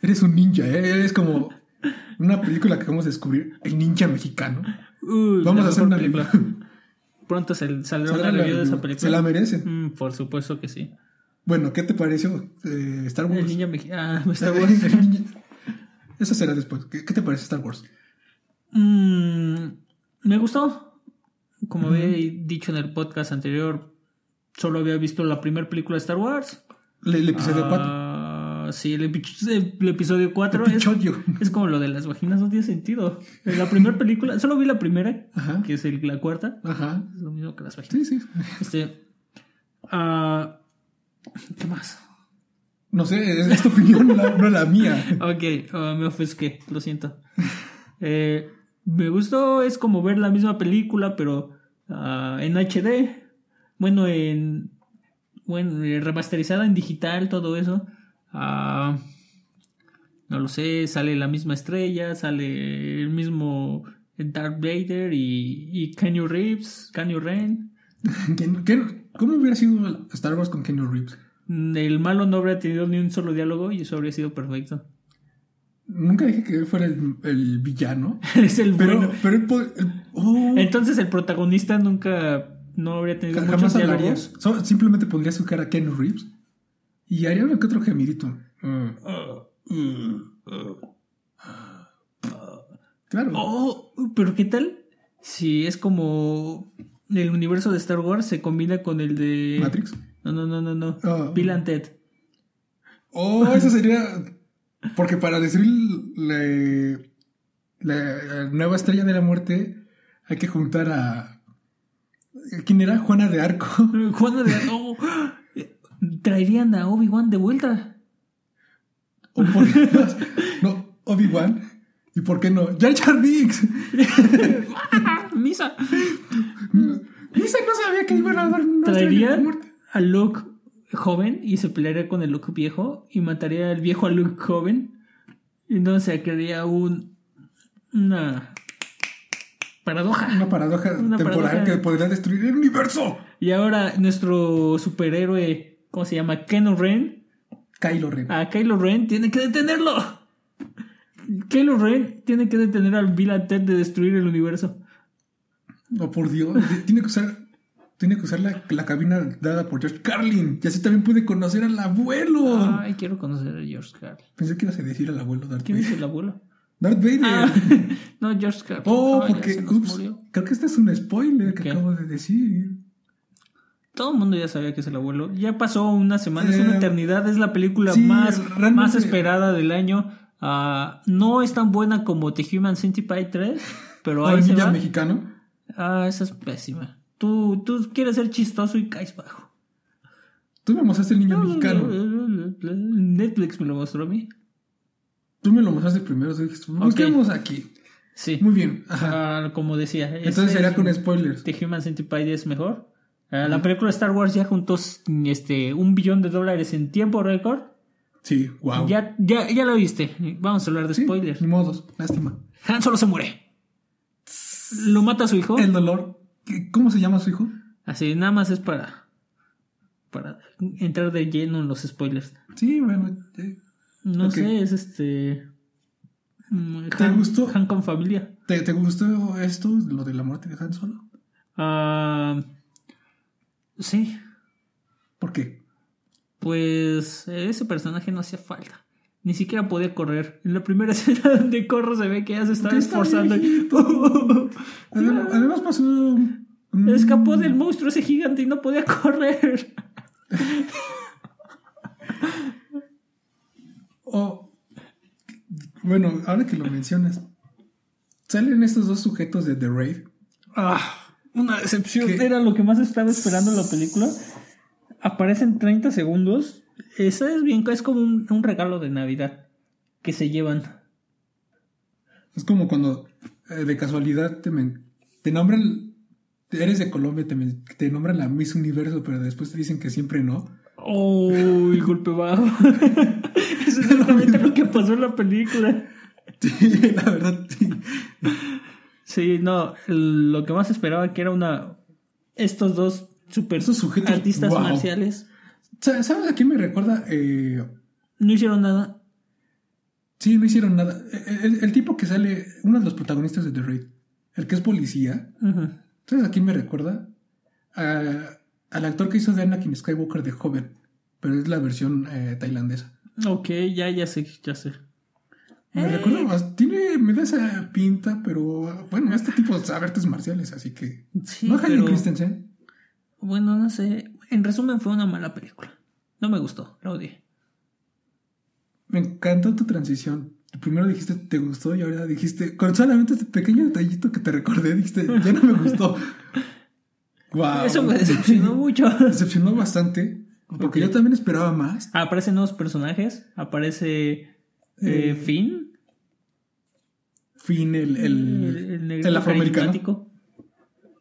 Speaker 1: Eres un ninja, ¿eh? eres como una película que vamos a descubrir, el ninja mexicano.
Speaker 2: Uh,
Speaker 1: Vamos
Speaker 2: la
Speaker 1: a hacer
Speaker 2: mejor
Speaker 1: una
Speaker 2: película.
Speaker 1: review.
Speaker 2: Pronto sal- saldrá
Speaker 1: Saldrá
Speaker 2: una
Speaker 1: la
Speaker 2: review de esa
Speaker 1: review. Se
Speaker 2: película.
Speaker 1: la merece.
Speaker 2: Mm, por supuesto que sí.
Speaker 1: Bueno, ¿qué te pareció eh, Star Wars? *laughs*
Speaker 2: El niño mexicano. Ah, Star
Speaker 1: Star
Speaker 2: Wars.
Speaker 1: Wars. El niño- Eso será después. ¿Qué, qué te parece Star Wars?
Speaker 2: Mm, me gustó. Como
Speaker 1: Ujú.
Speaker 2: había dicho en el podcast anterior, solo había visto la primera película de Star Wars.
Speaker 1: El, el episodio 4.
Speaker 2: Ah, Sí, el, epi- el- el episodio 4 es,
Speaker 1: Pichodio.
Speaker 2: es como lo de las vaginas, no tiene sentido. En la primera película, solo vi la primera,
Speaker 1: Ajá.
Speaker 2: que es el- la cuarta.
Speaker 1: Ajá.
Speaker 2: Es lo mismo que las vaginas.
Speaker 1: Sí, sí.
Speaker 2: Este, ah, ¿Qué más?
Speaker 1: No sé, es, es tu opinión, la- no la mía.
Speaker 2: Ok, ah, me ofusqué, lo siento. Eh, me gustó, es como ver la misma película, pero ah, en HD. Bueno, en. Bueno, eh, remasterizada en digital, todo eso. Ah, no lo sé, sale la misma estrella, sale el mismo eh, Darth Vader y, y Kenny Reeves, Kenny Ren.
Speaker 1: ¿Quién- quién- ¿Cómo hubiera sido Star Wars con Kenny Reeves?
Speaker 2: Mm, El malo no habría tenido ni un solo diálogo y eso habría sido perfecto. *laughs*
Speaker 1: Nunca dije que él fuera el, el
Speaker 2: *laughs*
Speaker 1: villano.
Speaker 2: es el
Speaker 1: Pero,
Speaker 2: bueno.
Speaker 1: pero él pod- él- oh,
Speaker 2: Entonces el protagonista nunca no habría tenido
Speaker 1: ja-
Speaker 2: muchos
Speaker 1: jamás
Speaker 2: diálogos.
Speaker 1: hablarías. So- simplemente pondría su cara a Kenny Reeves y haría uno que otro gemidito. Mm, claro.
Speaker 2: Oh, pero ¿qué tal? Si es como el universo de Star Wars se combina con el de
Speaker 1: Matrix.
Speaker 2: No, no, no, no, no.
Speaker 1: Ah.
Speaker 2: Bill and Ted.
Speaker 1: Oh, eso sería. Porque para decirle la nueva estrella de la muerte, hay que juntar a. ¿Quién era? Juana de Arco.
Speaker 2: Juana de no. Traerían a Obi-Wan de vuelta.
Speaker 1: O por qué más- No, Obi-Wan. ¿Y por qué no? ¡Jar Jar Binks!
Speaker 2: ¡Ah, Misa.
Speaker 1: Dice que no sabía que iban a dar una estrella de la
Speaker 2: Traerían
Speaker 1: muerte.
Speaker 2: a Luke joven y se pelearía con el Luke viejo y mataría al viejo a Luke joven. Y no se crearía un una paradoja.
Speaker 1: Una paradoja
Speaker 2: Una
Speaker 1: temporal
Speaker 2: paradoja.
Speaker 1: que podría destruir el universo.
Speaker 2: Y ahora nuestro superhéroe, ¿cómo se llama? Kylo Ren.
Speaker 1: Kylo Ren.
Speaker 2: A Kylo Ren tiene que detenerlo. Kylo Ren tiene que detener al Bill and Ted de destruir el universo.
Speaker 1: No, Oh, por Dios. Tiene que usar. Tiene que usar la, la cabina dada por George Carlin. Y así también puede conocer al abuelo.
Speaker 2: Ay, quiero conocer a George Carlin.
Speaker 1: Pensé que ibas a decir al abuelo Darth
Speaker 2: ¿Quién
Speaker 1: Vader.
Speaker 2: es el *laughs* abuelo?
Speaker 1: Darth Vader.
Speaker 2: Ah, no, George Carlin.
Speaker 1: oh,
Speaker 2: Ay, ya
Speaker 1: porque.
Speaker 2: se nos
Speaker 1: Ups,
Speaker 2: murió.
Speaker 1: creo que este es un spoiler que
Speaker 2: ¿Qué?
Speaker 1: acabo de decir.
Speaker 2: Todo el mundo ya sabía que es el abuelo. Ya pasó una semana, es una
Speaker 1: Eh,
Speaker 2: eternidad, es la película
Speaker 1: sí,
Speaker 2: más,
Speaker 1: realmente-
Speaker 2: más esperada del año. Ah, no es tan buena como The Human Centipede 3, pero
Speaker 1: Al
Speaker 2: ahí se
Speaker 1: ninja
Speaker 2: va.
Speaker 1: mexicano.
Speaker 2: Ah, esa es pésima. Tú, tú quieres ser chistoso y caes bajo.
Speaker 1: Tú me mostraste el niño mexicano.
Speaker 2: Netflix me lo mostró a mí.
Speaker 1: Tú me lo mostraste primero. así que Busquemos aquí.
Speaker 2: Sí.
Speaker 1: Muy bien. Ajá.
Speaker 2: Ah, como decía.
Speaker 1: Entonces
Speaker 2: este
Speaker 1: sería
Speaker 2: es-
Speaker 1: con spoilers.
Speaker 2: The Human Centipede es mejor. Ah, la película Star Wars ya juntó este, un billón de dólares en tiempo récord.
Speaker 1: Sí, wow.
Speaker 2: Ya, ya, ya lo viste. Vamos a hablar de
Speaker 1: Sí,
Speaker 2: spoilers.
Speaker 1: Ni modos, lástima.
Speaker 2: Han Solo se muere. Lo mata a su hijo.
Speaker 1: El dolor. ¿Qué- ¿Cómo se llama su hijo?
Speaker 2: Así, nada más es para, para entrar de lleno en los spoilers.
Speaker 1: Sí, bueno. eh,
Speaker 2: No
Speaker 1: Ok.
Speaker 2: sé, es este. mm,
Speaker 1: ¿Te
Speaker 2: Han-
Speaker 1: gustó?
Speaker 2: Han con familia.
Speaker 1: ¿Te, te gustó esto, lo de la muerte de Han Solo?
Speaker 2: Ah, sí,
Speaker 1: ¿Por qué?
Speaker 2: pues ese personaje no hacía falta. Ni siquiera podía correr. En la primera *laughs* escena donde corro se ve que ya se estaba
Speaker 1: Porque está
Speaker 2: esforzando.
Speaker 1: viejito. Además, además pasó. mm,
Speaker 2: *laughs* Escapó del monstruo ese gigante y no podía correr.
Speaker 1: Oh, bueno, ahora que lo mencionas, salen estos dos sujetos de The Raid.
Speaker 2: Ah, una decepción.
Speaker 1: ¿Qué?
Speaker 2: *laughs* Era lo que más estaba esperando en la película. Aparecen 30 segundos. Eso es bien, es como un, un regalo de Navidad que se llevan.
Speaker 1: Es como cuando eh, de casualidad te, men- te nombran. Eres de Colombia, te, men- te nombran la Miss Universo, pero después te dicen que siempre no. *laughs*
Speaker 2: ¡Oh! El golpe *laughs* bajo. es exactamente lo que pasó en la película.
Speaker 1: Sí, la verdad, sí.
Speaker 2: Sí, no, lo que más esperaba que era una. Estos dos super
Speaker 1: Esos sujetos,
Speaker 2: artistas
Speaker 1: wow.
Speaker 2: marciales
Speaker 1: Sa- ¿Sabes a quién me recuerda? Eh,
Speaker 2: no hicieron nada.
Speaker 1: sí, no hicieron nada. Eh, El, el- el tipo que sale, uno de los protagonistas de The Raid, el que es policía,
Speaker 2: Ujú.
Speaker 1: ¿sabes a quién me recuerda? A- al actor que hizo de Anakin Skywalker de joven, pero es la versión eh, tailandesa.
Speaker 2: Ok, ya, ya sé, ya sé.
Speaker 1: Me recuerda más. Tiene, me da esa pinta, pero bueno, este tipo sabe artes marciales, así que.
Speaker 2: Sí,
Speaker 1: ¿No Hayden
Speaker 2: pero-
Speaker 1: Christensen?
Speaker 2: Bueno, no sé. En resumen, fue una mala película. No me gustó, la odié.
Speaker 1: Me encantó tu transición. Primero dijiste te gustó y ahora dijiste, con solamente este pequeño detallito que te recordé, dijiste, ya no me
Speaker 2: *laughs*
Speaker 1: gustó. wow.
Speaker 2: Eso me
Speaker 1: *laughs*
Speaker 2: decepcionó mucho. *laughs*
Speaker 1: decepcionó bastante. Porque
Speaker 2: Ok.
Speaker 1: yo también esperaba más.
Speaker 2: Aparecen nuevos personajes. Aparece eh,
Speaker 1: Eh,
Speaker 2: Finn,
Speaker 1: Fin el, el,
Speaker 2: negrito
Speaker 1: el afroamericano.
Speaker 2: carismático.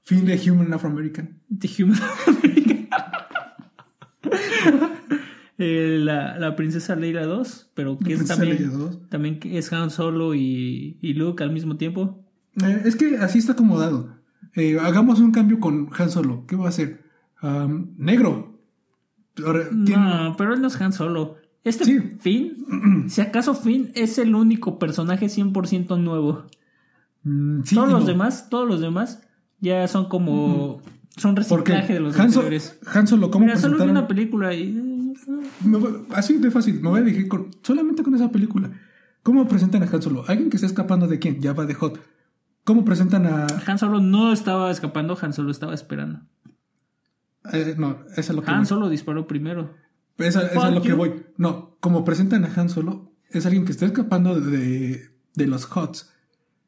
Speaker 1: Fin de Human Afro-American.
Speaker 2: The Human American. *laughs* Eh, la, la princesa Leila 2, pero que es
Speaker 1: Princesa Leia
Speaker 2: también,
Speaker 1: 2.
Speaker 2: también que es Han Solo y, y Luke al mismo tiempo.
Speaker 1: Eh, es que así está acomodado. Eh, hagamos un cambio con Han Solo. ¿Qué va a hacer? Am, negro. Ahora, tiene-
Speaker 2: No, pero él no es Han Solo. Este
Speaker 1: Sí. *clears throat*
Speaker 2: Finn, si acaso Finn es el único personaje 100% nuevo.
Speaker 1: Mm, sí
Speaker 2: todos
Speaker 1: y
Speaker 2: los
Speaker 1: no.
Speaker 2: demás, todos los demás ya son como son
Speaker 1: Porque
Speaker 2: reciclaje de los
Speaker 1: Han, Solo-
Speaker 2: anteriores.
Speaker 1: Han Solo, ¿cómo
Speaker 2: Mira, solo vi
Speaker 1: presentaron?
Speaker 2: una película y mm,
Speaker 1: Me voy- así de fácil. Me voy a dirigir con- solamente con esa película. ¿Cómo presentan a Han Solo? ¿Alguien que está escapando de quién? Ya va de hot. ¿Cómo presentan a...?
Speaker 2: Han Solo no estaba escapando, Han Solo estaba esperando.
Speaker 1: eh, no, esa es lo que
Speaker 2: Han
Speaker 1: voy.
Speaker 2: Solo disparó primero.
Speaker 1: Esa, esa es lo
Speaker 2: Fuck
Speaker 1: que
Speaker 2: you.
Speaker 1: voy. No, como presentan a Han Solo, es alguien que está escapando de, de, los HOTS.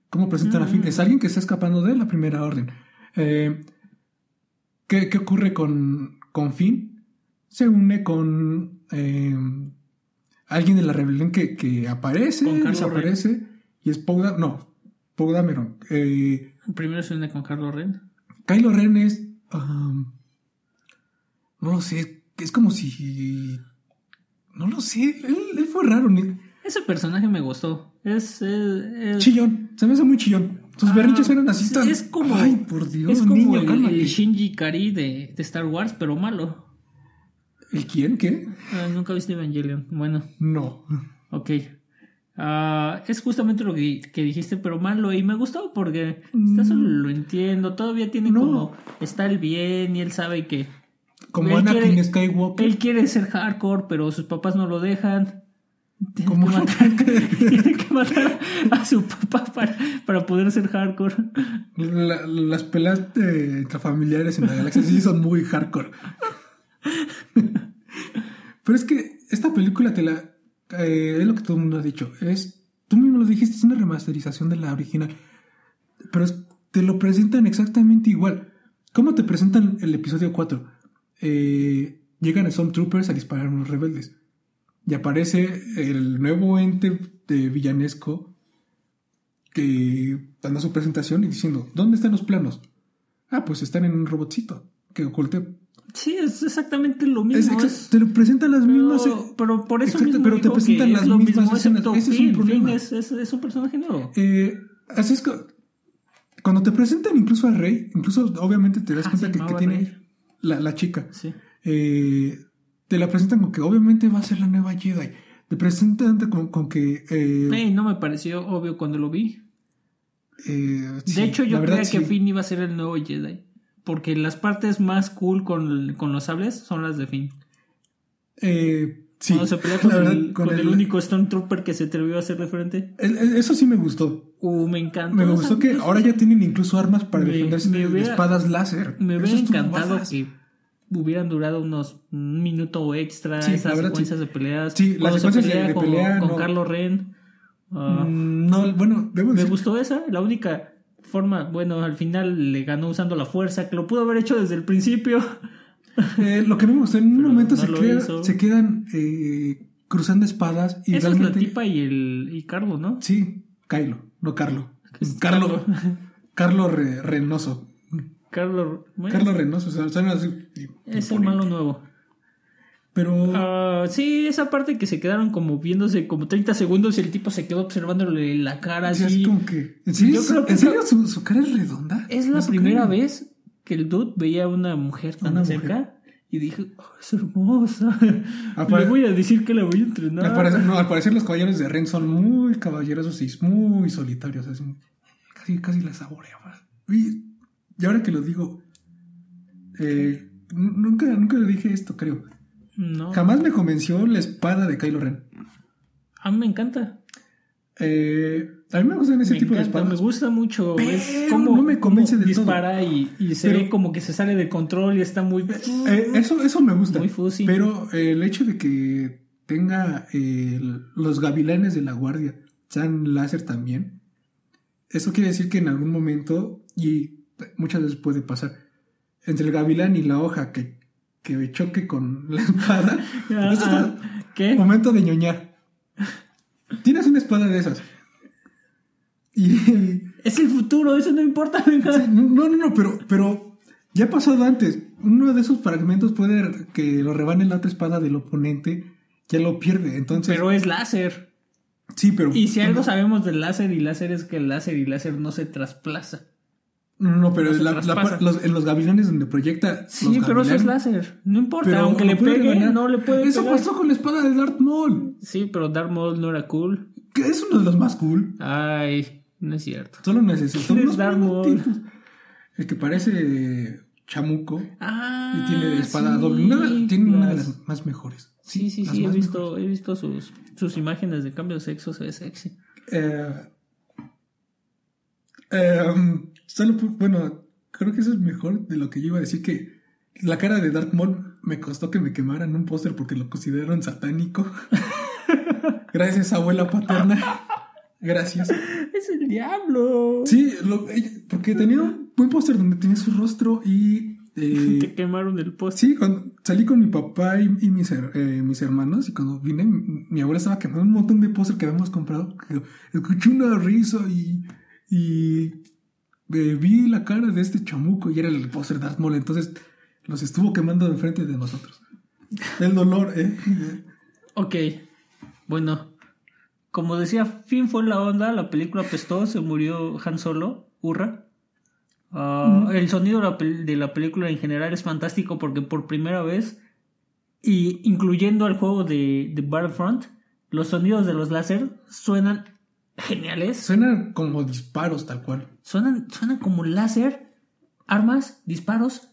Speaker 1: ¿Cómo presentan a
Speaker 2: Mm.
Speaker 1: Finn? Es alguien que está escapando de la primera orden. Eh, ¿qué, qué ocurre con, con Finn? Se une con eh, alguien de la rebelión que, que aparece,
Speaker 2: Con Kylo
Speaker 1: desaparece, y es Poe Da- No, Poe Dameron. Eh,
Speaker 2: Primero se une con Carlos Ren.
Speaker 1: Kylo Ren es... um, no lo sé, es- es como si... No lo sé, él, él fue raro. ni-
Speaker 2: Ese personaje me gustó. Es, es, es,
Speaker 1: Chillón, se me hace muy chillón. Sus
Speaker 2: Ah,
Speaker 1: berrinches eran así
Speaker 2: sí,
Speaker 1: tan...
Speaker 2: es como-
Speaker 1: Ay, por Dios,
Speaker 2: es como
Speaker 1: niño,
Speaker 2: el- el,
Speaker 1: cálmate.
Speaker 2: Shinji Kari de, de Star Wars, pero malo.
Speaker 1: ¿El quién? ¿Qué?
Speaker 2: Ah, Nunca viste Evangelion. Bueno,
Speaker 1: No.
Speaker 2: ok. Ah, es justamente lo que, que dijiste, pero malo. Y me gustó porque está solo lo entiendo. Todavía tiene
Speaker 1: Mm. No.
Speaker 2: como. Está el bien y él sabe que.
Speaker 1: Como
Speaker 2: Él
Speaker 1: Anakin
Speaker 2: quiere-
Speaker 1: Skywalker.
Speaker 2: Él quiere ser hardcore, pero sus papás no lo dejan. Tiene
Speaker 1: Como-
Speaker 2: que matar, *laughs* tiene que matar a su papá para, para poder ser hardcore.
Speaker 1: La- las peleas eh, intrafamiliares en la galaxia sí son muy hardcore. Pero es que esta película te la... eh, es lo que todo el mundo ha dicho. Es... Tú mismo lo dijiste, es una remasterización de la original. Pero es- te lo presentan exactamente igual. ¿Cómo te presentan el episodio 4? Eh, llegan Stormtroopers a disparar a unos rebeldes. Y aparece el nuevo ente de villanesco que dando su presentación y diciendo, ¿dónde están los planos? Ah, pues están en un robotcito que oculte.
Speaker 2: Sí, es exactamente lo
Speaker 1: Es
Speaker 2: mismo.
Speaker 1: exa-
Speaker 2: es-
Speaker 1: te lo presentan las
Speaker 2: pero,
Speaker 1: mismas. eh,
Speaker 2: pero por eso
Speaker 1: Exacto,
Speaker 2: mismo
Speaker 1: pero te
Speaker 2: digo que
Speaker 1: presentan
Speaker 2: es
Speaker 1: las
Speaker 2: lo
Speaker 1: mismas
Speaker 2: mismo,
Speaker 1: escenas.
Speaker 2: excepto
Speaker 1: Ese es un
Speaker 2: Finn.
Speaker 1: problema.
Speaker 2: Finn es, es- es un personaje nuevo.
Speaker 1: eh, así es que cuando te presentan incluso a Rey, incluso obviamente te das
Speaker 2: Ah,
Speaker 1: cuenta
Speaker 2: se
Speaker 1: que, que
Speaker 2: llamaba
Speaker 1: tiene
Speaker 2: Rey.
Speaker 1: la, la chica.
Speaker 2: Sí.
Speaker 1: eh, te la presentan con que obviamente va a ser la nueva Jedi. Te presentan con, con que... eh,
Speaker 2: Ey, no me pareció obvio cuando lo vi.
Speaker 1: eh, sí,
Speaker 2: De hecho, yo
Speaker 1: la verdad,
Speaker 2: creía que
Speaker 1: sí.
Speaker 2: Finn iba a ser el nuevo Jedi. Porque las partes más cool con, con los sables son las de Finn.
Speaker 1: Eh, sí,
Speaker 2: Cuando se pelea con,
Speaker 1: la verdad,
Speaker 2: el,
Speaker 1: con
Speaker 2: con el
Speaker 1: el-
Speaker 2: único Stormtrooper que se atrevió a hacerle frente.
Speaker 1: el- el- eso sí me gustó.
Speaker 2: Uh, me encantó.
Speaker 1: Me
Speaker 2: *laughs* esa-
Speaker 1: gustó que ahora ya tienen incluso armas para
Speaker 2: Me-
Speaker 1: defenderse
Speaker 2: me
Speaker 1: de- de
Speaker 2: hubiera-
Speaker 1: espadas láser.
Speaker 2: Me hubiera
Speaker 1: Eso estuvo
Speaker 2: encantado
Speaker 1: badass.
Speaker 2: que hubieran durado unos un minuto extra
Speaker 1: Sí, la
Speaker 2: esas
Speaker 1: verdad,
Speaker 2: secuencias de peleas.
Speaker 1: Sí, las
Speaker 2: Cuando se
Speaker 1: secuencias de-
Speaker 2: pelea
Speaker 1: de
Speaker 2: con,
Speaker 1: pelea,
Speaker 2: con
Speaker 1: no.
Speaker 2: Carlos Ren. Ah,
Speaker 1: Mm, No, bueno, debo
Speaker 2: Me
Speaker 1: decir.
Speaker 2: gustó esa, la única forma, bueno, al final le ganó usando la fuerza, que lo pudo haber hecho desde el principio.
Speaker 1: eh, lo que no me gustó, en un
Speaker 2: Pero
Speaker 1: momento
Speaker 2: no
Speaker 1: se,
Speaker 2: lo
Speaker 1: queda-
Speaker 2: hizo.
Speaker 1: se quedan eh, cruzando espadas y
Speaker 2: Esa
Speaker 1: realmente.
Speaker 2: es la tipa y el y Carlos, ¿no?
Speaker 1: Sí, Kylo, no Carlo.
Speaker 2: Es
Speaker 1: Carlo. *laughs* Carlo Re- Renoso.
Speaker 2: Carlos, bueno,
Speaker 1: Carlo Renoso, o sea, suena así.
Speaker 2: es el malo nuevo.
Speaker 1: Pero.
Speaker 2: Ah, sí, esa parte que se quedaron como viéndose como 30 segundos y el tipo se quedó observándole la cara
Speaker 1: sí,
Speaker 2: así.
Speaker 1: es como que. ¿En serio,
Speaker 2: Yo creo que
Speaker 1: ¿en
Speaker 2: eso-
Speaker 1: serio su, su cara es redonda?
Speaker 2: Es la
Speaker 1: No Ah, se
Speaker 2: primera
Speaker 1: cree.
Speaker 2: vez que el dude veía a una mujer tan
Speaker 1: Una mujer.
Speaker 2: cerca y dije, "Oh, es hermosa.
Speaker 1: Apare-
Speaker 2: Le voy a decir que la voy a entrenar.
Speaker 1: Al parecer, no, al parecer los caballeros de Ren son muy caballerosos y muy solitarios. así, casi, casi la saboreaba. Y, y ahora que lo digo, eh, nu- nunca, nunca le dije esto, creo.
Speaker 2: No,
Speaker 1: Jamás me convenció la espada de Kylo Ren.
Speaker 2: a mí me encanta.
Speaker 1: Eh, a mí me gustan ese
Speaker 2: me
Speaker 1: tipo de
Speaker 2: encanta,
Speaker 1: espadas.
Speaker 2: me gusta mucho.
Speaker 1: Pero
Speaker 2: es como,
Speaker 1: no me convence
Speaker 2: cómo
Speaker 1: del todo.
Speaker 2: dispara y, y se
Speaker 1: Pero-
Speaker 2: ve como que se sale de control y está muy.
Speaker 1: Eh, eso, eso me gusta.
Speaker 2: Muy fuzzy.
Speaker 1: Pero eh, el hecho de que tenga eh, el- los gavilanes de la guardia sean láser también, eso quiere decir que en algún momento, y muchas veces puede pasar, entre el gavilán y la hoja que, que choque con la espada,
Speaker 2: Ah,
Speaker 1: eso está-
Speaker 2: ¿Qué?
Speaker 1: momento de ñoñar. Tienes una espada de esas. Y,
Speaker 2: Es el futuro, eso no importa. *laughs* venga.
Speaker 1: Sí, No, no, no, pero, pero ya ha pasado antes. Uno de esos fragmentos puede que lo rebane la otra espada del oponente, ya lo pierde. Entonces,
Speaker 2: Pero es láser.
Speaker 1: sí, pero.
Speaker 2: Y si algo sabemos del láser y láser es que el láser y láser no se trasplaza.
Speaker 1: No, no, pero
Speaker 2: no se
Speaker 1: la- la
Speaker 2: traspasa.
Speaker 1: par- los- en los gavilanes donde proyecta.
Speaker 2: Sí,
Speaker 1: los
Speaker 2: pero eso es
Speaker 1: gavilanes,
Speaker 2: láser. No importa,
Speaker 1: pero
Speaker 2: aunque
Speaker 1: lo
Speaker 2: le
Speaker 1: puede
Speaker 2: pegue,
Speaker 1: rebanar.
Speaker 2: no le puede
Speaker 1: Eso
Speaker 2: pegar.
Speaker 1: pasó con la espada de Darth Maul,
Speaker 2: Sí, pero Darth Maul no era cool.
Speaker 1: que es uno de los más cool.
Speaker 2: Ay, no es cierto.
Speaker 1: Solo necesito
Speaker 2: ¿Quién es
Speaker 1: unos
Speaker 2: Darth Maul?
Speaker 1: minutitos. El que parece chamuco y
Speaker 2: Ah,
Speaker 1: tiene espada
Speaker 2: sí,
Speaker 1: doble. Una de- tiene una de
Speaker 2: las-
Speaker 1: las más mejores.
Speaker 2: Sí, sí,
Speaker 1: las
Speaker 2: sí, he
Speaker 1: más
Speaker 2: visto, he visto sus, sus imágenes de cambio de sexo, se ve sexy. *laughs*
Speaker 1: Eh, em, solo, pu- bueno, creo que eso es mejor de lo que yo iba a decir que la cara de Darth Maul me costó que me quemaran un póster porque lo consideraron satánico. *laughs* Gracias, abuela paterna. Gracias.
Speaker 2: ¡Es el diablo!
Speaker 1: Sí, lo- ella- porque tenía un buen póster donde tenía su rostro y...
Speaker 2: *laughs*
Speaker 1: eh,
Speaker 2: Te quemaron el post.
Speaker 1: Sí, cuando salí con mi papá y, y mis, her- eh, mis hermanos y cuando vine mi, mi abuela estaba quemando un montón de póster que habíamos comprado. que Escuché una risa y, y eh, vi la cara de este chamuco y era el póster de Darth Maul. Entonces los estuvo quemando de frente de nosotros. El dolor, ¿eh?
Speaker 2: Ok, bueno. Como decía, fin fue la onda, la película apestó, se murió Han Solo, hurra. Ah, El sonido de la, pel- de la película en general es fantástico porque por primera vez, y incluyendo al juego de, de Battlefront, los sonidos de los láser suenan geniales.
Speaker 1: Suena como disparos tal cual.
Speaker 2: Suenan, suenan como láser, armas, disparos.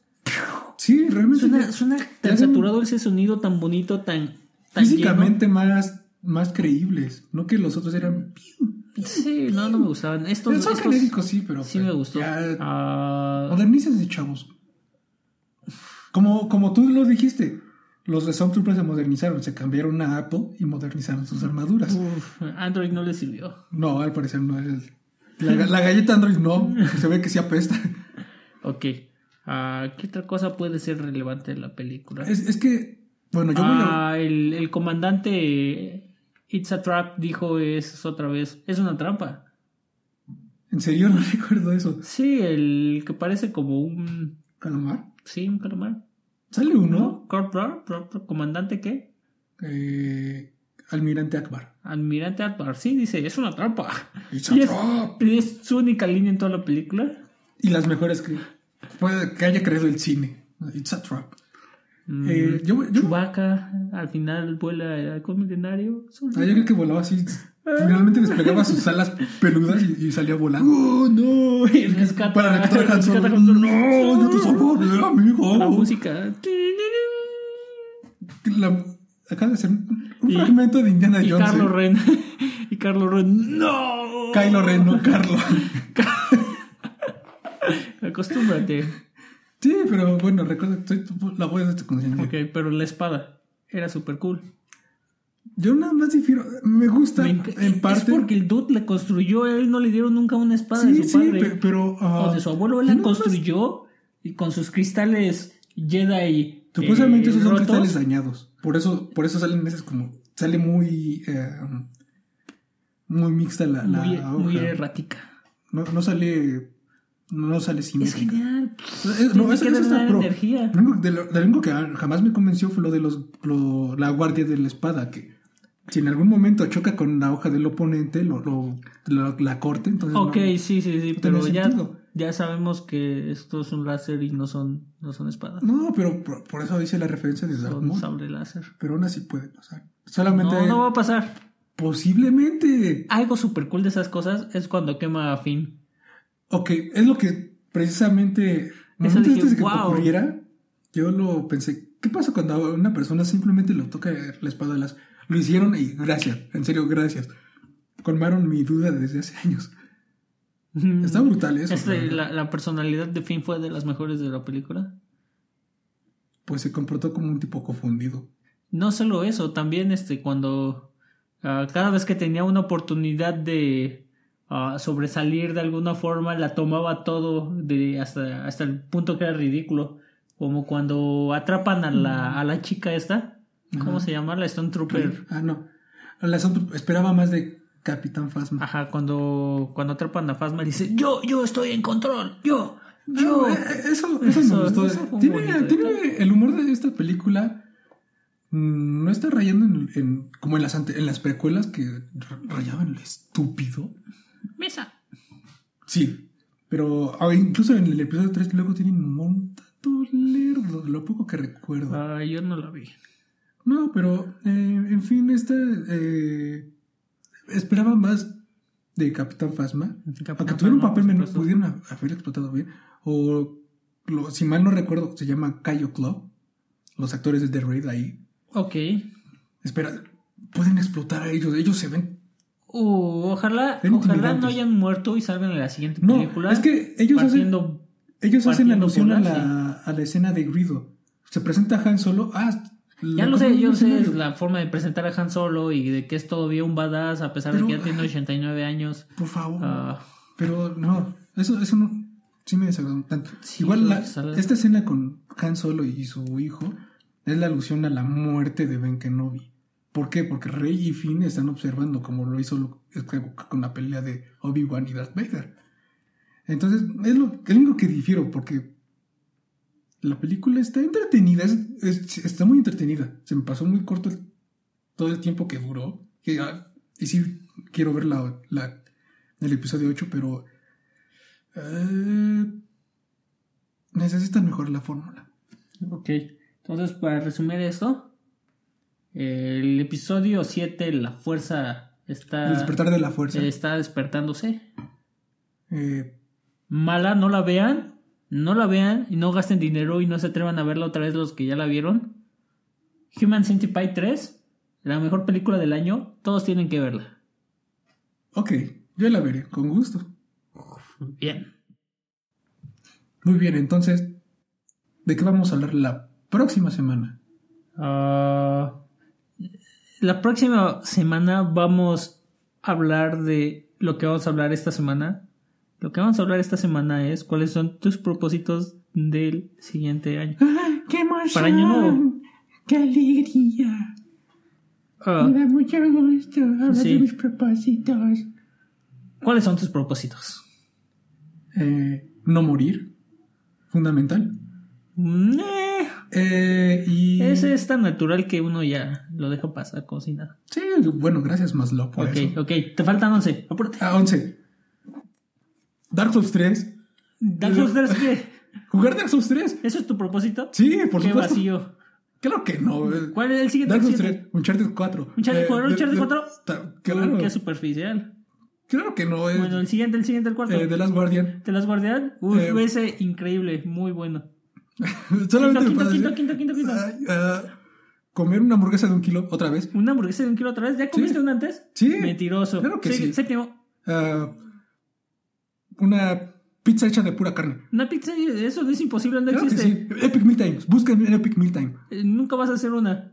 Speaker 1: Sí, realmente.
Speaker 2: Suena,
Speaker 1: ya-
Speaker 2: suena
Speaker 1: ya
Speaker 2: tan
Speaker 1: son
Speaker 2: saturado ese sonido tan bonito, tan... tan
Speaker 1: físicamente más, más creíbles. No que los otros eran...
Speaker 2: lleno. Sí, no, no me gustaban. Estos,
Speaker 1: Son
Speaker 2: estos-
Speaker 1: genéricos, sí, pero...
Speaker 2: Sí me gustó.
Speaker 1: ya-
Speaker 2: Ah,
Speaker 1: Modernícense, chavos. Como, como tú lo dijiste, los de Stormtroopers se modernizaron, se cambiaron a Apple y modernizaron sus armaduras.
Speaker 2: uf, Android no le sirvió.
Speaker 1: No, al parecer no es. La, ga- la galleta Android no, se ve que sí apesta.
Speaker 2: Ok. Ah, ¿Qué otra cosa puede ser relevante en la película?
Speaker 1: Es, es que, bueno, yo voy a.
Speaker 2: Ah, el, el comandante It's a Trap dijo es otra vez. Es una trampa.
Speaker 1: En serio, no *laughs* recuerdo eso.
Speaker 2: Sí, el que parece como un...
Speaker 1: Calamar.
Speaker 2: Sí, un calamar.
Speaker 1: Sale uno,
Speaker 2: ¿No? Cor- cor- cor- cor- ¿Comandante qué?
Speaker 1: eh, Almirante Akbar.
Speaker 2: Almirante Akbar, sí, dice, es una trampa.
Speaker 1: It's a
Speaker 2: Y es,
Speaker 1: trap.
Speaker 2: es su única línea en toda la película.
Speaker 1: Y las mejores que, puede que haya creado el cine. It's a trap.
Speaker 2: Mm,
Speaker 1: Eh, yo, yo-
Speaker 2: Chewbacca, al final vuela al milenario.
Speaker 1: Ah, yo creo que volaba así. Finalmente desplegaba sus alas peludas y, y salía volando. ¡Oh, no!
Speaker 2: *laughs* Y rescata-
Speaker 1: Para rescatar a Han Solo.
Speaker 2: rescata a Han Solo.
Speaker 1: ¡No! ¡Yo te soporto, amigo!
Speaker 2: La música.
Speaker 1: La- acaba de ser un un
Speaker 2: Y-
Speaker 1: fragmento de Indiana
Speaker 2: Y
Speaker 1: Jones.
Speaker 2: Carlos
Speaker 1: eh.
Speaker 2: Ren. *laughs* y Carlos Ren. ¡No!
Speaker 1: Kylo Ren, no Carlo.
Speaker 2: Acostúmbrate.
Speaker 1: sí, pero bueno, recuerda, soy tu- la voz de tu conciencia.
Speaker 2: ok, pero la espada era súper cool.
Speaker 1: Yo nada más difiero. Me gusta
Speaker 2: Me enc-
Speaker 1: en parte.
Speaker 2: Es porque el dude la construyó, él no le dieron nunca una espada
Speaker 1: sí,
Speaker 2: de su
Speaker 1: sí,
Speaker 2: padre.
Speaker 1: pe- pero. ah,
Speaker 2: o de su abuelo, él
Speaker 1: yo
Speaker 2: la
Speaker 1: nada más-
Speaker 2: construyó y con sus cristales Jedi.
Speaker 1: Supuestamente
Speaker 2: eh,
Speaker 1: esos son
Speaker 2: rotos.
Speaker 1: cristales dañados. Por eso, por eso salen esas como. Sale muy. eh, muy mixta la, la
Speaker 2: muy,
Speaker 1: hoja.
Speaker 2: muy er- errática.
Speaker 1: no, no sale. No sale
Speaker 2: Es
Speaker 1: simétrica.
Speaker 2: genial.
Speaker 1: Eh, no,
Speaker 2: Tiene
Speaker 1: eso-
Speaker 2: que
Speaker 1: eso está
Speaker 2: dar
Speaker 1: pro.
Speaker 2: energía.
Speaker 1: Lo único- De lo, de lo único que jamás me convenció fue lo de los, lo- la guardia de la espada, que si en algún momento choca con la hoja del oponente, lo, lo- lo- la corte, entonces... no-
Speaker 2: Ok, sí, sí, sí,
Speaker 1: no
Speaker 2: pero
Speaker 1: tiene
Speaker 2: ya,
Speaker 1: sentido.
Speaker 2: ya sabemos que esto es un láser y no son, no son espadas.
Speaker 1: No, pero por, por eso hice la referencia de Darth
Speaker 2: Son
Speaker 1: Maul,
Speaker 2: sable láser.
Speaker 1: pero aún así puede pasar. Solamente...
Speaker 2: No, no va a pasar.
Speaker 1: Posiblemente.
Speaker 2: Algo súper cool de esas cosas es cuando quema a Finn.
Speaker 1: Ok, es lo que precisamente momentos
Speaker 2: dije,
Speaker 1: antes de que
Speaker 2: "Wow".
Speaker 1: ocurriera, yo lo pensé, ¿qué pasa cuando a una persona simplemente le toca la espada de las... Lo hicieron y gracias, en serio, gracias. colmaron mi duda desde hace años. Está brutal eso.
Speaker 2: Este,
Speaker 1: la verdad.
Speaker 2: la, la personalidad de Finn fue de las mejores de la película.
Speaker 1: Pues se comportó como un tipo confundido.
Speaker 2: No solo eso, también este, cuando ah, cada vez que tenía una oportunidad de ah, sobresalir de alguna forma, la tomaba todo de hasta, hasta el punto que era ridículo. Como cuando atrapan a la, a la chica esta, ¿cómo
Speaker 1: Ajá.
Speaker 2: se llama? La Stone Trooper.
Speaker 1: Ah, no. La Sound- esperaba más de Capitán Fasma.
Speaker 2: Ajá, cuando, cuando atrapan a Phasma y dice, yo, yo estoy en control, yo,
Speaker 1: Ah,
Speaker 2: yo.
Speaker 1: eh, eso, eso,
Speaker 2: Eso-
Speaker 1: me gustó.
Speaker 2: eso fue un
Speaker 1: tiene,
Speaker 2: bonito
Speaker 1: tiene-
Speaker 2: detalle.
Speaker 1: el humor de esta película. mm, No está rayando en, en- como en las, ante- en las precuelas que r- rayaban lo estúpido.
Speaker 2: Mesa.
Speaker 1: Sí, pero ah, incluso en el episodio 3 luego tienen un montón lerdo, lo poco que recuerdo.
Speaker 2: Ah, yo no la vi.
Speaker 1: No, pero eh, en fin, esta eh, esperaba más de Capitán Phasma. Aunque tuviera un Ah, papel menor, pudieron ha- haber explotado bien. O, lo- si mal no recuerdo, se llama Cayo Club. Los actores de The Raid ahí.
Speaker 2: Ok.
Speaker 1: Espera, pueden explotar a ellos. Ellos se ven.
Speaker 2: Uh, ojalá
Speaker 1: Ven
Speaker 2: ojalá
Speaker 1: intimidantes.
Speaker 2: no hayan muerto y salgan en la siguiente
Speaker 1: No,
Speaker 2: película.
Speaker 1: es que ellos hacen,
Speaker 2: partiendo-
Speaker 1: ellos hacen
Speaker 2: partiendo
Speaker 1: alusión a
Speaker 2: bolas,
Speaker 1: la, a la escena de Grido. Se presenta Han Solo. Ah,
Speaker 2: Ya
Speaker 1: lo
Speaker 2: lo sé,
Speaker 1: ponen en
Speaker 2: yo
Speaker 1: un
Speaker 2: sé
Speaker 1: escenario.
Speaker 2: la forma de presentar a Han Solo y de que es todavía un badass a pesar
Speaker 1: Pero-
Speaker 2: de que ya tiene 89 años.
Speaker 1: Por favor.
Speaker 2: Ah,
Speaker 1: Pero no, eso, eso no, sí me desagradó un tanto.
Speaker 2: Sí,
Speaker 1: Igual la-
Speaker 2: sale-
Speaker 1: esta escena con Han Solo y su hijo es la alusión a la muerte de Ben Kenobi. ¿Por qué? Porque Rey y Finn están observando como lo hizo Luke Skywalker con la pelea de Obi-Wan y Darth Vader. Entonces, es lo, es lo único que difiero, porque la película está entretenida, es- es- está muy entretenida. Se me pasó muy corto el- todo el tiempo que duró. que, ah, y sí quiero ver la, la- el episodio 8, pero eh, necesitan mejorar la fórmula.
Speaker 2: ok. Entonces, para resumir esto, el episodio 7, la fuerza
Speaker 1: el
Speaker 2: está,
Speaker 1: despertar de la fuerza.
Speaker 2: está despertándose.
Speaker 1: Eh,
Speaker 2: mala, no la vean, no la vean y no gasten dinero y no se atrevan a verla otra vez los que ya la vieron. Human Centipede 3, la mejor película del año, todos tienen que verla.
Speaker 1: ok, yo la veré, con gusto.
Speaker 2: Bien.
Speaker 1: Muy bien, entonces, ¿de qué vamos a hablar la próxima semana?
Speaker 2: Ah, la próxima semana vamos a hablar de lo que vamos a hablar esta semana. Lo que vamos a hablar esta semana es cuáles son tus propósitos del siguiente año.
Speaker 1: ¡Qué emoción!
Speaker 2: Para año nuevo.
Speaker 1: ¡Qué alegría!
Speaker 2: Ah,
Speaker 1: da mucho gusto hablar
Speaker 2: de Sí. mis
Speaker 1: propósitos.
Speaker 2: ¿Cuáles son tus propósitos?
Speaker 1: Eh, no morir, fundamental.
Speaker 2: Mm, eh.
Speaker 1: Eh, y...
Speaker 2: Ese es tan natural que uno ya lo deja pasar como si nada.
Speaker 1: Sí, bueno, gracias Maslow por
Speaker 2: ok,
Speaker 1: eso.
Speaker 2: ok, te faltan 11. Apúrate.
Speaker 1: Ah, 11. Dark Souls 3.
Speaker 2: Dark Souls 3, ¿qué?
Speaker 1: ¿Jugar Dark Souls 3?
Speaker 2: ¿Eso es tu propósito?
Speaker 1: Sí, por
Speaker 2: Qué
Speaker 1: supuesto.
Speaker 2: vacío.
Speaker 1: Claro que no. eh.
Speaker 2: ¿Cuál es el siguiente?
Speaker 1: Dark Souls
Speaker 2: siguiente?
Speaker 1: 3, Uncharted 4.
Speaker 2: Uncharted
Speaker 1: Eh,
Speaker 2: 4,
Speaker 1: de-
Speaker 2: Uncharted
Speaker 1: de-
Speaker 2: 4.
Speaker 1: ta- Claro,
Speaker 2: Uy, qué superficial.
Speaker 1: claro que no. eh.
Speaker 2: Bueno, el siguiente, el siguiente, el cuarto.
Speaker 1: Eh, The Last Guardian. *laughs*
Speaker 2: ¿Te las guardián? Uy,
Speaker 1: eh,
Speaker 2: ese increíble, muy bueno. Quinto,
Speaker 1: Solamente me
Speaker 2: quinto,
Speaker 1: falta
Speaker 2: quinto,
Speaker 1: decir,
Speaker 2: quinto, quinto, quinto.
Speaker 1: ay, ah, Comer una hamburguesa de un kilo otra vez.
Speaker 2: ¿Una hamburguesa de un kilo otra vez? ¿Ya comiste una antes?
Speaker 1: Sí.
Speaker 2: Mentiroso.
Speaker 1: Claro que
Speaker 2: Sí,
Speaker 1: sí.
Speaker 2: Séptimo.
Speaker 1: Ah, una pizza hecha de pura carne.
Speaker 2: Una pizza, eso no es imposible, no
Speaker 1: Claro que
Speaker 2: existe.
Speaker 1: sí. Epic Meal Times. Busquen en Epic Meal Time.
Speaker 2: Eh, Nunca vas a hacer una.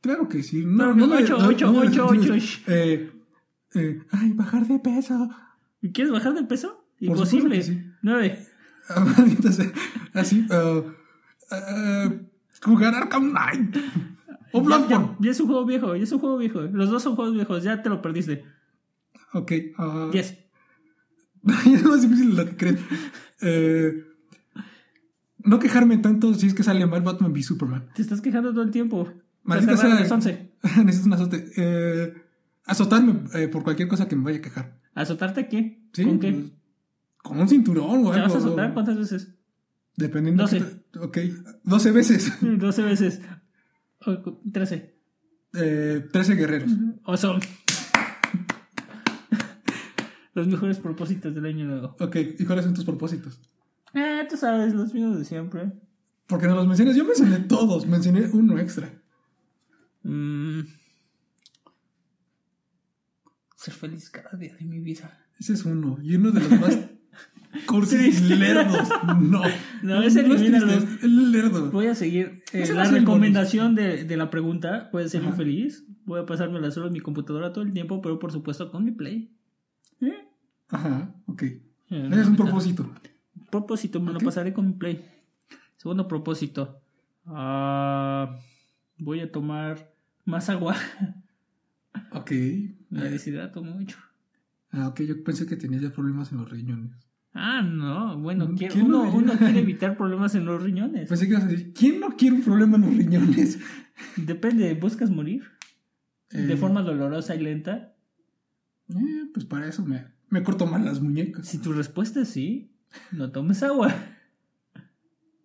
Speaker 1: Claro que sí. No,
Speaker 2: Claro que
Speaker 1: no, me-
Speaker 2: ocho,
Speaker 1: no,
Speaker 2: ocho,
Speaker 1: no me-
Speaker 2: ocho, ocho.
Speaker 1: Eh, eh, ay, bajar de peso.
Speaker 2: ¿Quieres bajar de peso?
Speaker 1: Por supuesto que
Speaker 2: Imposible.
Speaker 1: sí.
Speaker 2: Nueve.
Speaker 1: Ah, *laughs* Entonces, así, ah, ah, jugar Arkham Knight. O
Speaker 2: Ya,
Speaker 1: Bloodborne.
Speaker 2: ya- ya es un juego viejo, ya es un juego viejo. Los dos son juegos viejos, ya te lo perdiste.
Speaker 1: Ok. ah, *laughs*
Speaker 2: Diez.
Speaker 1: es más difícil de lo que crees. Eh, no quejarme tanto si es que sale mal Batman v Superman. *laughs*
Speaker 2: Te estás quejando todo el tiempo.
Speaker 1: Maldita sea.
Speaker 2: Las once.
Speaker 1: Necesito un azote. Eh, azotarme eh, por cualquier cosa que me vaya a quejar.
Speaker 2: ¿Azotarte qué?
Speaker 1: ¿Sí?
Speaker 2: ¿Con qué?
Speaker 1: pues, Con un cinturón o
Speaker 2: ¿Te
Speaker 1: algo.
Speaker 2: vas a azotar cuántas veces? *laughs*
Speaker 1: Dependiendo.
Speaker 2: Doce.
Speaker 1: que- Ok, 12 veces.
Speaker 2: Doce veces. O cu- Trece.
Speaker 1: Eh, 13 guerreros.
Speaker 2: O son. *laughs* Los mejores propósitos del año nuevo.
Speaker 1: Ok, ¿y cuáles son tus propósitos?
Speaker 2: Eh, tú sabes, los míos de siempre.
Speaker 1: Porque no los mencionas. Yo mencioné todos, mencioné uno extra.
Speaker 2: Mm. ser feliz cada día de mi vida.
Speaker 1: Ese es uno. Y uno de los
Speaker 2: *laughs*
Speaker 1: más cursis y
Speaker 2: Triste.
Speaker 1: lerdos. No.
Speaker 2: No, ese
Speaker 1: es
Speaker 2: elimínalo.
Speaker 1: triste, es el lerdo.
Speaker 2: Voy a seguir eh,
Speaker 1: Ese va a
Speaker 2: la
Speaker 1: ser el bonus.
Speaker 2: recomendación de, de la pregunta. Voy a ser muy
Speaker 1: Ajá.
Speaker 2: feliz. Voy a pasármela solo en mi computadora todo el tiempo, pero por supuesto con mi play. ¿Eh?
Speaker 1: Ajá, ok.
Speaker 2: Eh,
Speaker 1: Ese es un
Speaker 2: ahorita.
Speaker 1: propósito.
Speaker 2: Propósito, me
Speaker 1: Ok.
Speaker 2: lo pasaré con mi play. Segundo propósito. ah, voy a tomar más agua. *laughs*
Speaker 1: Ok. Eh.
Speaker 2: Me deshidrato mucho.
Speaker 1: Ah, ok, yo pensé que tenías ya problemas en los riñones.
Speaker 2: Ah, no. Bueno,
Speaker 1: Mm,
Speaker 2: quiero-
Speaker 1: ¿quién lo
Speaker 2: uno,
Speaker 1: diría? *laughs*
Speaker 2: uno quiere evitar problemas en los riñones.
Speaker 1: Pensé que ibas a decir, ¿quién no quiere un problema en los riñones?
Speaker 2: Depende, ¿buscas morir?
Speaker 1: Eh,
Speaker 2: *laughs* De forma dolorosa y lenta.
Speaker 1: eh, pues para eso me, me corto mal las muñecas.
Speaker 2: Si tu respuesta es sí, no tomes agua.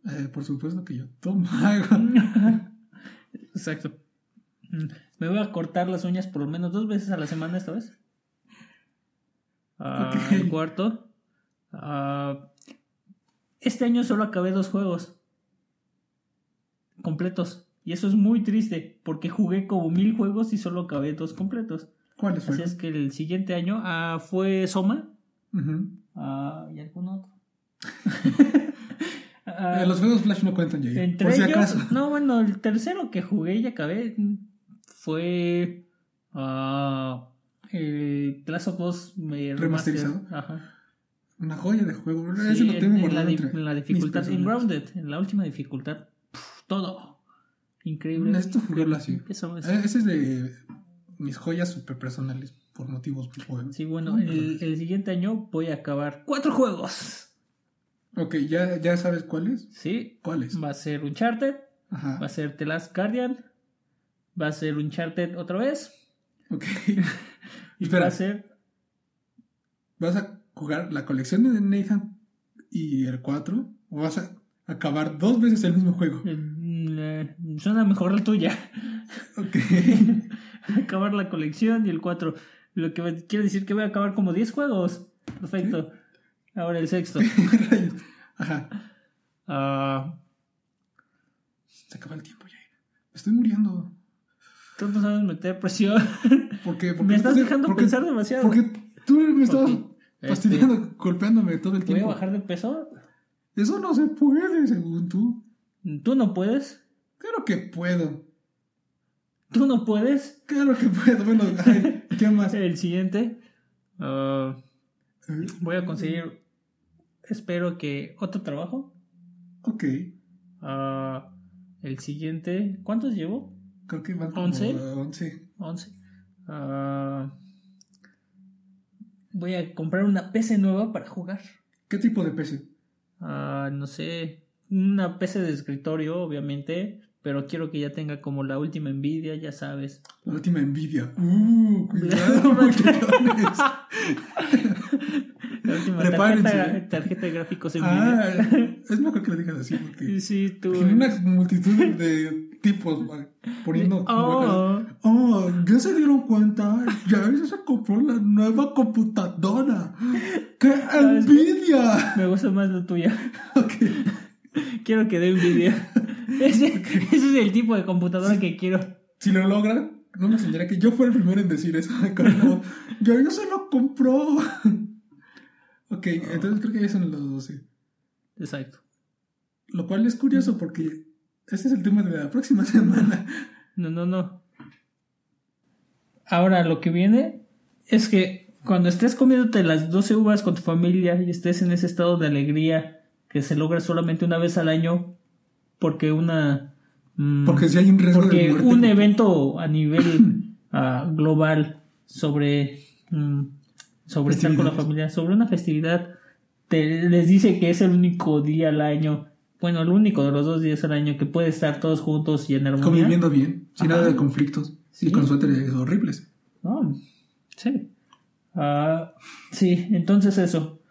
Speaker 1: Eh, por supuesto que yo tomo *laughs* agua.
Speaker 2: *laughs* Exacto. Mm, Me voy a cortar las uñas por lo menos dos veces a la semana esta vez. Ah,
Speaker 1: Ok.
Speaker 2: el cuarto. Ah, este año solo acabé dos juegos completos. Y eso es muy triste, porque jugué como mil juegos y solo acabé dos completos.
Speaker 1: ¿Cuáles
Speaker 2: Así
Speaker 1: fueron?
Speaker 2: es que el siguiente año ah, fue Soma
Speaker 1: Ujú.
Speaker 2: ah, y algún otro.
Speaker 1: Eh,
Speaker 2: Ah,
Speaker 1: los juegos Flash no cuentan, yo.
Speaker 2: entre
Speaker 1: Por si
Speaker 2: ellos,
Speaker 1: acaso.
Speaker 2: no, bueno, el tercero que jugué y acabé fue ah, el Clash of Us me remaster.
Speaker 1: Remasterizado.
Speaker 2: Ajá.
Speaker 1: Una joya de juego.
Speaker 2: Sí,
Speaker 1: Ese lo
Speaker 2: en-
Speaker 1: tengo
Speaker 2: en, la,
Speaker 1: guardado
Speaker 2: di-
Speaker 1: entre
Speaker 2: en la
Speaker 1: mis
Speaker 2: dificultad, en
Speaker 1: personajes.
Speaker 2: Grounded, en la última dificultad, pf, todo. Increíble.
Speaker 1: Necesito jugarlo así.
Speaker 2: Eso es.
Speaker 1: Eh, Ese es de mis joyas super personales por motivos pues, bueno.
Speaker 2: Sí, bueno, el, el siguiente año voy a acabar cuatro juegos.
Speaker 1: Ok, ¿ya, ya sabes cuáles?
Speaker 2: Sí,
Speaker 1: ¿Cuáles?
Speaker 2: va a ser Uncharted, va
Speaker 1: Ajá.
Speaker 2: a ser The Last Guardian, va a ser Uncharted otra vez, *laughs*
Speaker 1: Ok. *laughs*
Speaker 2: y
Speaker 1: Espera.
Speaker 2: va a ser
Speaker 1: ¿Vas a jugar la colección de Nathan y el 4? ¿O vas a acabar dos veces el mismo
Speaker 2: *laughs*
Speaker 1: juego?
Speaker 2: Mm, eh, Suena mejor la tuya. *laughs*
Speaker 1: Ok. *laughs*
Speaker 2: acabar la colección y el 4. Lo que me- quiere decir que voy a acabar como 10 juegos. Perfecto. Ahora el sexto.
Speaker 1: Rayos. Ajá.
Speaker 2: Ah,
Speaker 1: Se acaba el tiempo ya. Me estoy muriendo.
Speaker 2: tú no sabes meter presión.
Speaker 1: ¿Por qué? ¿Por qué
Speaker 2: me estás
Speaker 1: estás-
Speaker 2: dejando
Speaker 1: por qué-
Speaker 2: pensar demasiado.
Speaker 1: Porque tú me estabas
Speaker 2: Ok.
Speaker 1: fastidiando, Pues golpeándome todo el
Speaker 2: Este, voy a
Speaker 1: tiempo.
Speaker 2: bajar de peso.
Speaker 1: Eso no se puede, según tú.
Speaker 2: Tú no puedes.
Speaker 1: Claro que puedo.
Speaker 2: Tú no puedes.
Speaker 1: Claro que puedo. Bueno, ay, ¿qué más?
Speaker 2: El siguiente. Ah,
Speaker 1: Eh,
Speaker 2: voy a conseguir. Espero que otro trabajo.
Speaker 1: Ok.
Speaker 2: Ah, el siguiente. ¿Cuántos llevo?
Speaker 1: Creo que van como
Speaker 2: ¿Once?
Speaker 1: 11.
Speaker 2: 11. Ah, voy a comprar una PC nueva para jugar.
Speaker 1: ¿Qué tipo de PC?
Speaker 2: Ah, no sé, una PC de escritorio, obviamente, pero quiero que ya tenga como la última Nvidia, ya sabes.
Speaker 1: La última envidia.
Speaker 2: *laughs*
Speaker 1: Uh, cuidado,
Speaker 2: La- *laughs*
Speaker 1: muchachones.
Speaker 2: La última
Speaker 1: Prepárense, ¿eh?
Speaker 2: tarjeta, tarjeta de gráficos Nvidia.
Speaker 1: Ah, es mejor que lo digas así porque
Speaker 2: sí, tú.
Speaker 1: hay una multitud de tipos va, poniendo.
Speaker 2: Oh,
Speaker 1: Oh, ya se dieron cuenta, ya se compró la nueva computadora.
Speaker 2: *laughs*
Speaker 1: ¡Qué
Speaker 2: ¿Sabes qué?
Speaker 1: envidia!
Speaker 2: me gusta más la tuya. *laughs*
Speaker 1: Ok.
Speaker 2: Quiero que dé Nvidia. *laughs* Ese, ese es el tipo de computadora que quiero.
Speaker 1: Si lo logra, no me enseñará que yo fuera el primero en decir eso. *laughs* Como, ya ya se lo compró. Ok, entonces creo que ya son los 12.
Speaker 2: Exacto.
Speaker 1: Lo cual es curioso porque ese es el tema de la próxima *laughs* semana.
Speaker 2: No, no, no. Ahora lo que viene es que cuando estés comiéndote las 12 uvas con tu familia y estés en ese estado de alegría que se logra solamente una vez al año porque una mm,
Speaker 1: Porque si hay un riesgo
Speaker 2: porque
Speaker 1: de muerte.
Speaker 2: un evento a nivel ah, global sobre mm, sobre estar con la
Speaker 1: Festividades.
Speaker 2: familia, sobre una festividad te, les dice que es el único día al año, bueno, el único de los dos días al año que puede estar todos juntos y en armonía.
Speaker 1: Conviviendo bien, sin
Speaker 2: Ajá.
Speaker 1: nada de conflictos y
Speaker 2: Sí.
Speaker 1: con suéteres horribles.
Speaker 2: No, sí. Ah, sí, entonces eso.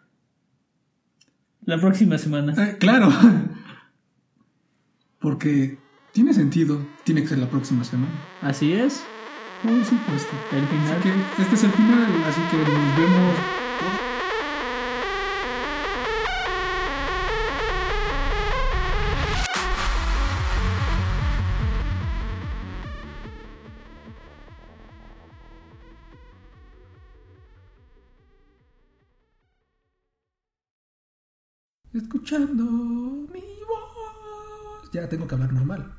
Speaker 2: La próxima semana.
Speaker 1: Eh, claro. *laughs* Porque tiene sentido. Tiene que ser la próxima semana.
Speaker 2: Así es,
Speaker 1: Por supuesto.
Speaker 2: el final.
Speaker 1: Así que este es el final, así que nos vemos. escuchando mi voz. Ya tengo que hablar normal.